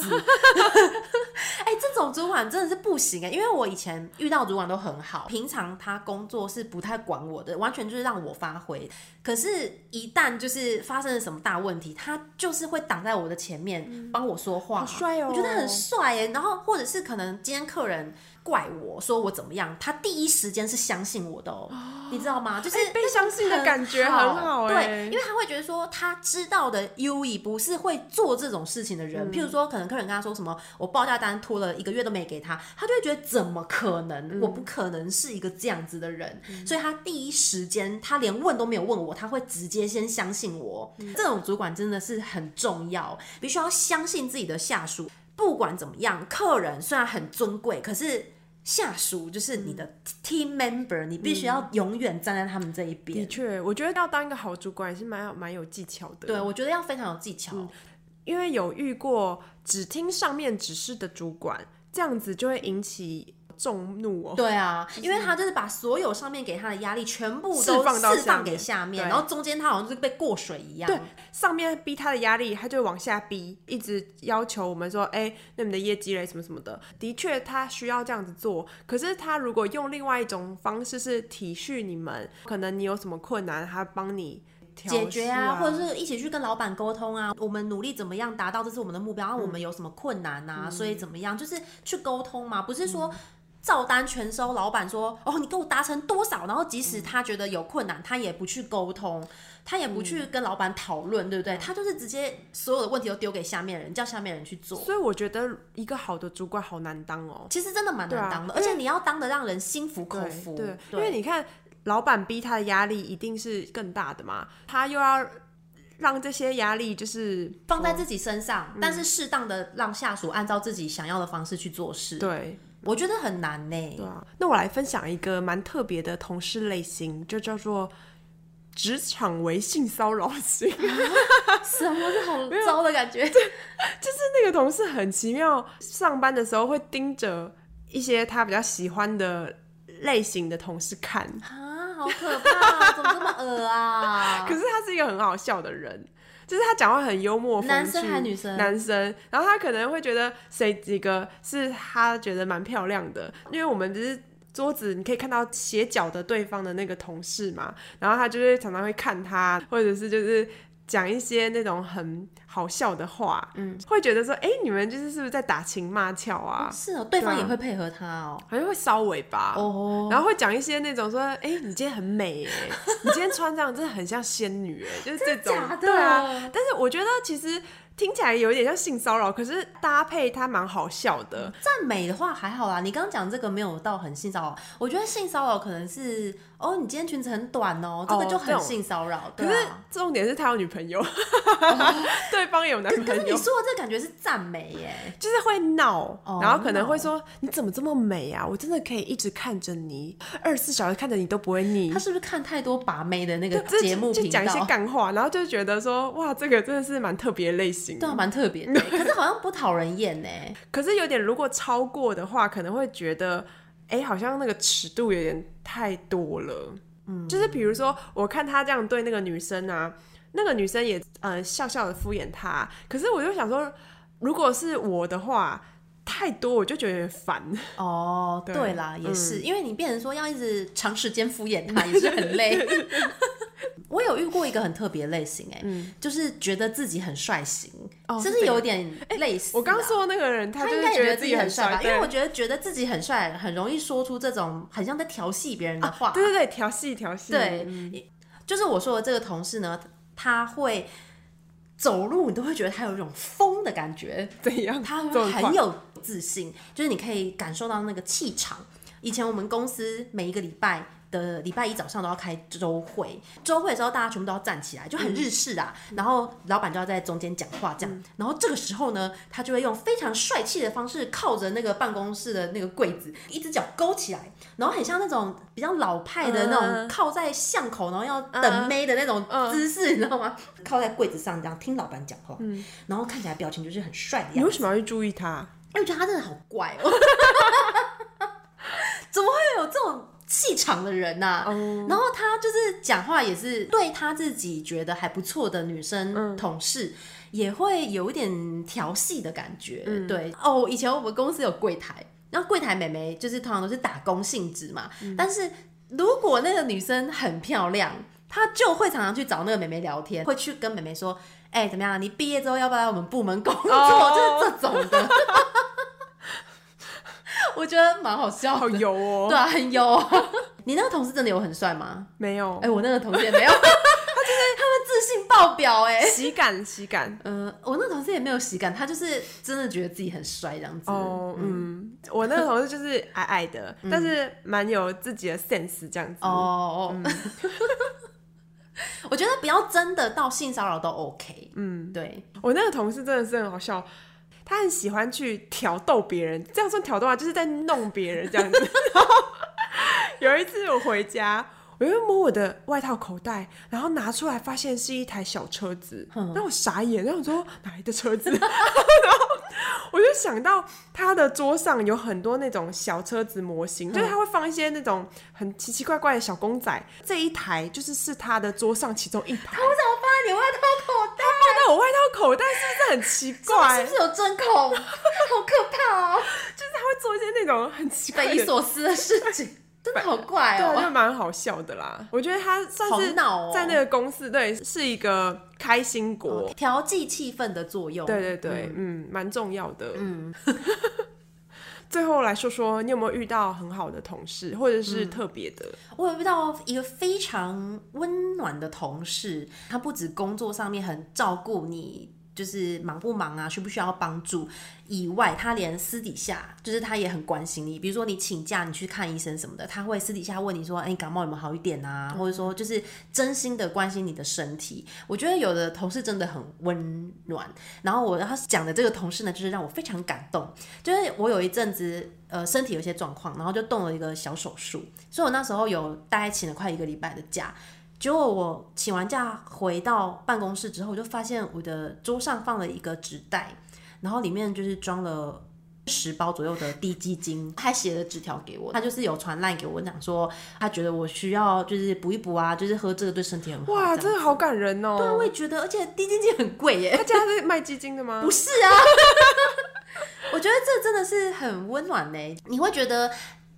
哎、这种主管真的是不行哎、因为我以前遇到主管都很好，平常他工作是不太管我的，完全就是让我发挥。可是，一旦就是发生了什么大问题，他就是会挡在我的前面，帮我说话，嗯好帅哦欸我觉得很帅哎、然后，或者是可能今天客人怪我说我怎么样，他第一时间是相信我的哦，你知道吗？就是、哎被相信的感觉很好哎对，因为他会觉得说他知道的 U 以不是会做这种事情的嗯人，譬如说可能客人跟他说什么我报价单拖了一个月都没给他，他就会觉得怎么可嗯能，我不可能是一个这样子的人，所以他第一时间他连问都没有问我，他会直接先相信我，嗯这种主管真的是很重要，必须要相信自己的下属。不管怎么样，客人虽然很尊贵，可是下属就是你的 team member，、你必须要永远站在他们这一的边。确，我觉得要当一个好主管也是蛮有蛮有技巧的。对，我觉得要非常有技巧。因为有遇过只听上面指示的主管，这样子就会引起众怒哦。对啊，因为他就是把所有上面给他的压力全部释都放到释放给下下面面，对然后中间他好像就是被过水一样。对，上面逼他的压力，他就往下逼，一直要求我们说，哎、那你的业绩嘞，什么什么的。的确，他需要这样子做。可是他如果用另外一种方式是体恤你们，可能你有什么困难，他帮你调解决啊，试或者是一起去跟老板沟通啊，我们努力怎么样达到这是我们的目标，啊，我嗯们有什么困难啊，所以怎么样，就是去沟通嘛，不是嗯说。照单全收，老板说：“哦，你给我达成多少？”然后即嗯使他觉得有困难，他也不去沟通，他也不去嗯跟老板讨论，对不对？他就是直接所有的问题都丢给下面人，叫下面人去做。所以我觉得一个好的主管好难当哦。其实真的蛮对啊难当的，而且你要当的让人心服口对服。对，因为你看，老板逼他的压力一定是更大的嘛，他又要让这些压力就是放在自己身上，但嗯是适当的让下属按照自己想要的方式去做嗯事。对我觉得很难呢、对啊。那我来分享一个蛮特别的同事类型，就叫做职场为性骚扰型。 什么是好糟的感觉？那个同事很奇妙，上班的时候会盯着一些他比较喜欢的类型的同事看，啊，好可怕、怎么这么恶 啊可？是他是一个很好笑的人，就是他讲话很幽默风趣。男生还女生男生。然后他可能会觉得谁几个是他觉得蛮漂亮的，因为我们只是。桌子你可以看到斜角的对方的那个同事嘛，然后他就会常常会看他，或者是就是讲一些那种很好笑的话，嗯，会觉得说，哎、你们就是是不是在打情骂俏啊？是哦，对方对啊也会配合他哦。好像会搔尾巴，哦然后会讲一些那种说，哎、你今天很美哎，你今天穿这样真的很像仙女哎，就是这种，假的对啊。但是我觉得其实听起来有一点像性骚扰，可是搭配它蛮好笑的，赞美的话还好啦，你刚刚讲这个没有到很性骚扰，我觉得性骚扰可能是哦，你今天裙子很短哦，这哦个就这很种性骚扰。可对是啊哦重点是他有女朋友， 对方有男嗯可是朋你友说。的这感觉是赞美耶、就是会闹，哦然后可能会说你怎么这么美啊！我真的可以一直看着你，二十四小时看着你都不会腻他。是不是看太多把妹的那个这节目就频讲一些道？干话，然后就觉得说哇，这个真的是蛮特别类型的。对啊，蛮特别 的欸，可是好像不讨人厌呢。可是有点，如果超过的话，可能会觉得，哎、好像那个尺度有点太多了。嗯，就是比如说，我看他这样对那个女生啊，那个女生也呃笑笑的敷衍他，可是我就想说，如果是我的话，太多我就觉得有点烦。哦，对嗯对啦，也是，因为你变成说要一直长时间敷衍他，也是很 累。我有遇过一个很特别类型、哎、就是觉得自己很帅型，嗯哦就是是这有样点类似、啊我刚说。的那个人，他就应是该也觉得得自己很帅吧，因为对我觉得觉得自己很帅，很容易说出这种很像在调戏别人的话。啊对嗯对对，调戏调戏，对，就是我说的这个同事呢，他会走路，你都会觉得他有一种疯的感觉，怎样？他这种话很有自信，就是你可以感受到那个气场。以前我们公司每一个礼拜的礼拜一早上都要开周会，周会的时候大家全部都要站起来，就很日式啊。然后老板就要在中间讲话这样，然后这个时候呢，他就会用非常帅气的方式靠着那个办公室的那个柜子，一只脚勾起来，然后很像那种比较老派的那嗯种靠在巷口，然后要等妹的那种姿势，你知道吗？靠在柜子上这样听老板讲话，然后看起来表情就是很帅的样你子为。什么要去注意 他？哎，我觉得他真的好怪哦， 怎么会有这种气场的人呐、然后他就是讲话也是对他自己觉得还不错的女生同事。也会有一点调戏的感觉，对哦。以前我们公司有柜台，然后柜台美眉就是通常都是打工性质嘛，但是如果那个女生很漂亮，她就会常常去找那个妹妹聊天，会去跟妹妹说：“哎、怎么样？你毕业之后要不要来我们部门工作？”哦就是这种的。我觉得蛮好笑好的。油哦、对啊，很有。 你那个同事真的有很帅吗？ 没有哎、，我那个同事也 没有，他就是他们自信爆表哎、喜感喜感。嗯、我那个同事也没有喜感，他就是真的觉得自己很帅这样子。嗯哦，嗯，我那个同事就是矮矮的，但是蛮有自己的 sense 这样子。哦哦，嗯 我觉得不要真的到性骚扰都 OK。嗯，对，我那个同事真的是很好笑，他很喜欢去挑逗别人，这样算挑逗吗？就是在弄别人这样子。然 后有一次我回家，我就摸我的外套口袋，然后拿出来发现是一台小车子，那我傻眼，然后我说哪来的车子？然 后我就想到他的桌上有很多那种小车子模型，就是他会放一些那种很奇奇怪怪的小公仔，这一台就是是他的桌上其中一台。我怎么放在你外套口袋？放在我外套口袋是不是很奇怪？是不是有针孔？好可 怕哦！就是他会做一些那种很奇怪的，匪夷所思的事情，真的好怪对啊，哦。就蛮好笑的啦。我觉得他算好是闹哦在那个公司，对，是一个开心果，调剂气氛的作用，对对对，嗯，蛮、重要的，嗯。 最后来说说，你有没有遇到很好的同事，或者嗯是特别的？我有遇到一个非常温暖的同事，他不止工作上面很照顾你，就是忙不忙啊，需不需要帮助以外，他连私底下就是他也很关心你。比如说你请假，你去看医生什么的，他会私底下问你说：“哎、你感冒有没有好一点啊？”或者说就是真心的关心你的身体。我觉得有的同事真的很温暖。然后我他讲的这个同事呢，就是让我非常感动。就是我有一阵子呃身体有一些状况，然后就动了一个小手术，所以我那时候有大概请了快一个礼拜的假。结果我请完假回到办公室之后，我就发现我的桌上放了一个纸袋，然后里面就是装了。十包左右的低基金，还写了纸条给我，他就是有传烂给我，讲说他觉得我需要就是补一补啊，就是喝这个对身体很好。哇，这真样的好感人哦、啊我也觉得，而且低基金很贵耶。他家是卖基金的吗？不是啊， 我觉得这真的是很温暖呢、你会觉得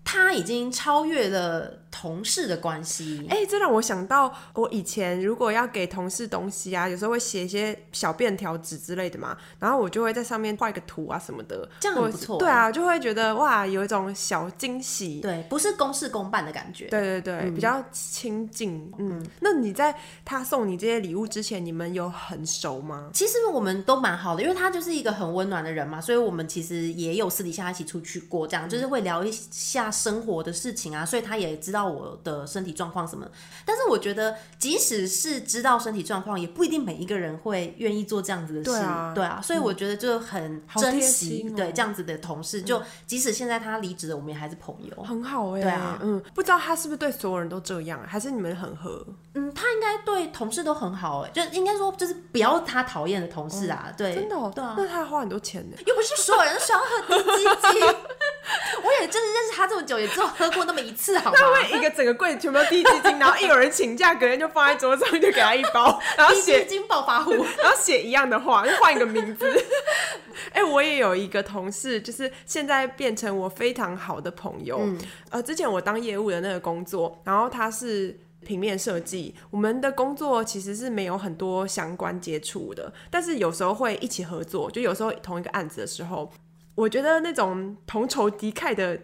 他已经超越了同事的关系。哎、这让我想到，我以前如果要给同事东西啊，有时候会写一些小便条纸之类的嘛，然后我就会在上面画一个图啊什么的，这样很或者不是错对啊，就会觉得哇，有一种小惊喜。对，不是公事公办的感觉。对对对，比较亲近。嗯，那你在他送你这些礼物之前，你们有很熟吗？其实我们都蛮好的，因为他就是一个很温暖的人嘛，所以我们其实也有私底下一起出去过，这样就是会聊一下生活的事情啊，所以他也知道我的身体状况什么的。但是我觉得，即使是知道身体状况，也不一定每一个人会愿意做这样子的事，对啊所以我觉得就很好贴珍惜、心哦对这样子的同事，就即使现在他离职了，我们也还是朋友。很好哎、对啊嗯，不知道他是不是对所有人都这样，啊还是你们很合？嗯，他应该对同事都很好、哎，就应该说就是不要他讨厌的同事啊，对，真的、哦，对啊。那他花很多钱呢、又不是所有人都喜欢喝低基金。我也真的认识他这么久，也只有喝过那么一次，好吗？他会一个整个柜子全部都低基 金，然后一有人请假，隔天就放在桌上，就给他一 包，然后低基写金暴发户，然后写一样的话，就换一个名字。 哎、我也有一个同事，就是现在变成我非常好的朋友。呃，之前我当业务的那个工作，然后他是。平面设计，我们的工作其实是没有很多相关接触的，但是有时候会一起合作，就有时候同一个案子的时候，我觉得那种同仇敌忾的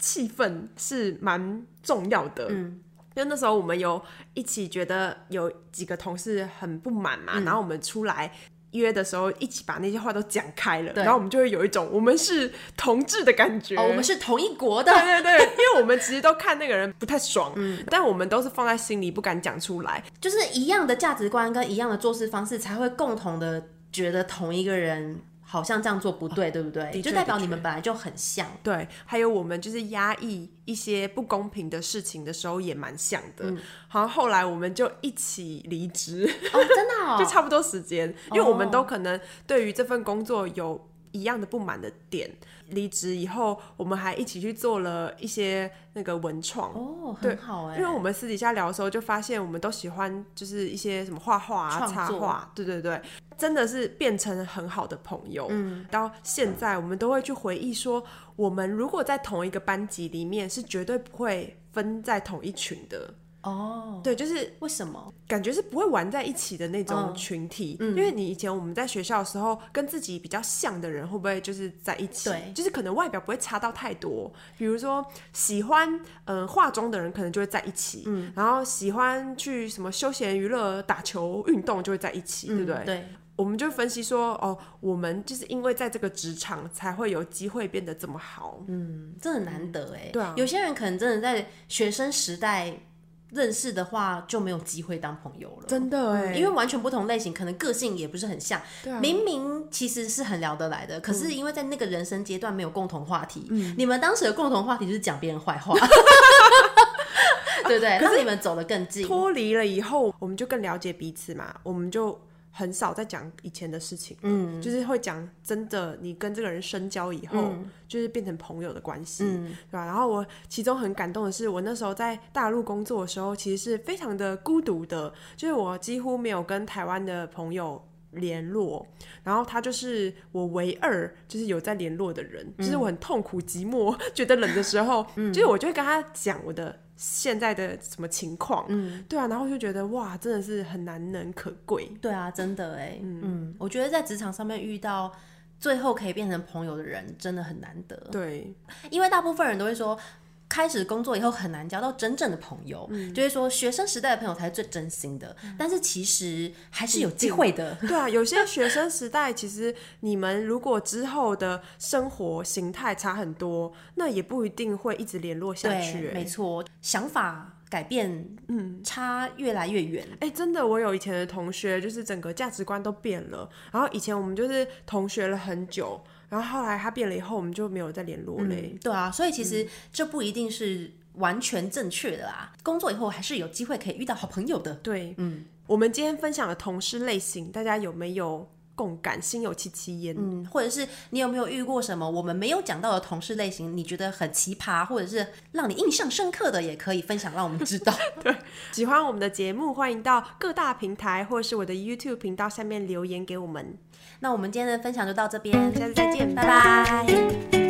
气氛是蛮重要的。嗯因为那时候我们有一起觉得有几个同事很不满嗯嘛，然后我们出来。约的时候，一起把那些话都讲开了，对然后我们就会有一种我们是同志的感觉。哦，我们是同一国 的，对对对，因为我们其实都看那个人不太爽，嗯但我们都是放在心里，不敢讲出来。就是一样的价值观跟一样的做事方式，才会共同的觉得同一个人好像这样做不对，对不对？哦的确就代表的确你们本来就很像。对，还有我们就是压抑一些不公平的事情的时候，也蛮像的。嗯好像后来我们就一起离职。哦，真的、哦，就差不多时间，因为我们哦都可能对于这份工作有一样的不满的点。离职以后，我们还一起去做了一些那个文创。哦，很好哎、因为我们私底下聊的时候，就发现我们都喜欢就是一些什么画画啊、创插作画，对对对，真的是变成很好的朋友。嗯，到现在我们都会去回忆说，我们如果在同一个班级里面，是绝对不会分在同一群的。哦，对，就是为什么？感觉是不会玩在一起的那种群体，因为你以前我们在学校的时候，跟自己比较像的人会不会就是在一起？对就是可能外表不会差到太多，比如说喜欢嗯化妆的人可能就会在一起，嗯，然后喜欢去什么休闲娱乐、打球、运动就会在一起，对不嗯对？嗯对，我们就分析说，哦，我们就是因为在这个职场才会有机会变得这么好，这很难得哎。对啊有些人可能真的在学生时代认识的话，就没有机会当朋友了。真的哎、因为完全不同类型，可能个性也不是很像。对啊明明其实是很聊得来的，可嗯是因为在那个人生阶段没有共同话题。你们当时的共同话题就是讲别人坏 话，对不对？让你们走得更近。啊脱离了以后，我们就更了解彼此嘛，我们就很少再讲以前的事情，嗯，就是会讲真的，你跟这个人深交以后，就是变成朋友的关系，嗯、对吧？然后我其中很感动的是，我那时候在大陆工作的时候，其实是非常的孤独的，就是我几乎没有跟台湾的朋友。联络，然后他就是我唯二就是有在联络的人，就是我很痛苦、寂寞、觉得冷的时候，就是我就会跟他讲我的现在的什么情况，对啊，然后就觉得哇，真的是很难能可贵。对啊，真的哎，嗯，我觉得在职场上面遇到最后可以变成朋友的人，真的很难得。对，因为大部分人都会说，开始工作以后很难交到真正的朋友，嗯就会说学生时代的朋友才是最真心的。但是其实还是有机会的。 对啊，有些学生时代，其实你们如果之后的生活形态差很多，那也不一定会一直联络下去、对，没欸。错，想法改变，嗯，差越来越远。哎、真的，我有以前的同学，就是整个价值观都变了。然后以前我们就是同学了很久，然后后来他变了以后，我们就没有再联络嘞、对啊，所以其嗯实这不一定是完全正确的啦。工作以后还是有机会可以遇到好朋友的。对，嗯，我们今天分享的同事类型，大家有没有共感？心有戚戚焉。嗯，或者是你有没有遇过什么我们没有讲到的同事类型？你觉得很奇葩，或者是让你印象深刻的，也可以分享让我们知 道。喜欢我们的节目，欢迎到各大平台或是我的 YouTube 频道下面留言给我们。那我们今天的分享就到这边，下次再见，拜拜。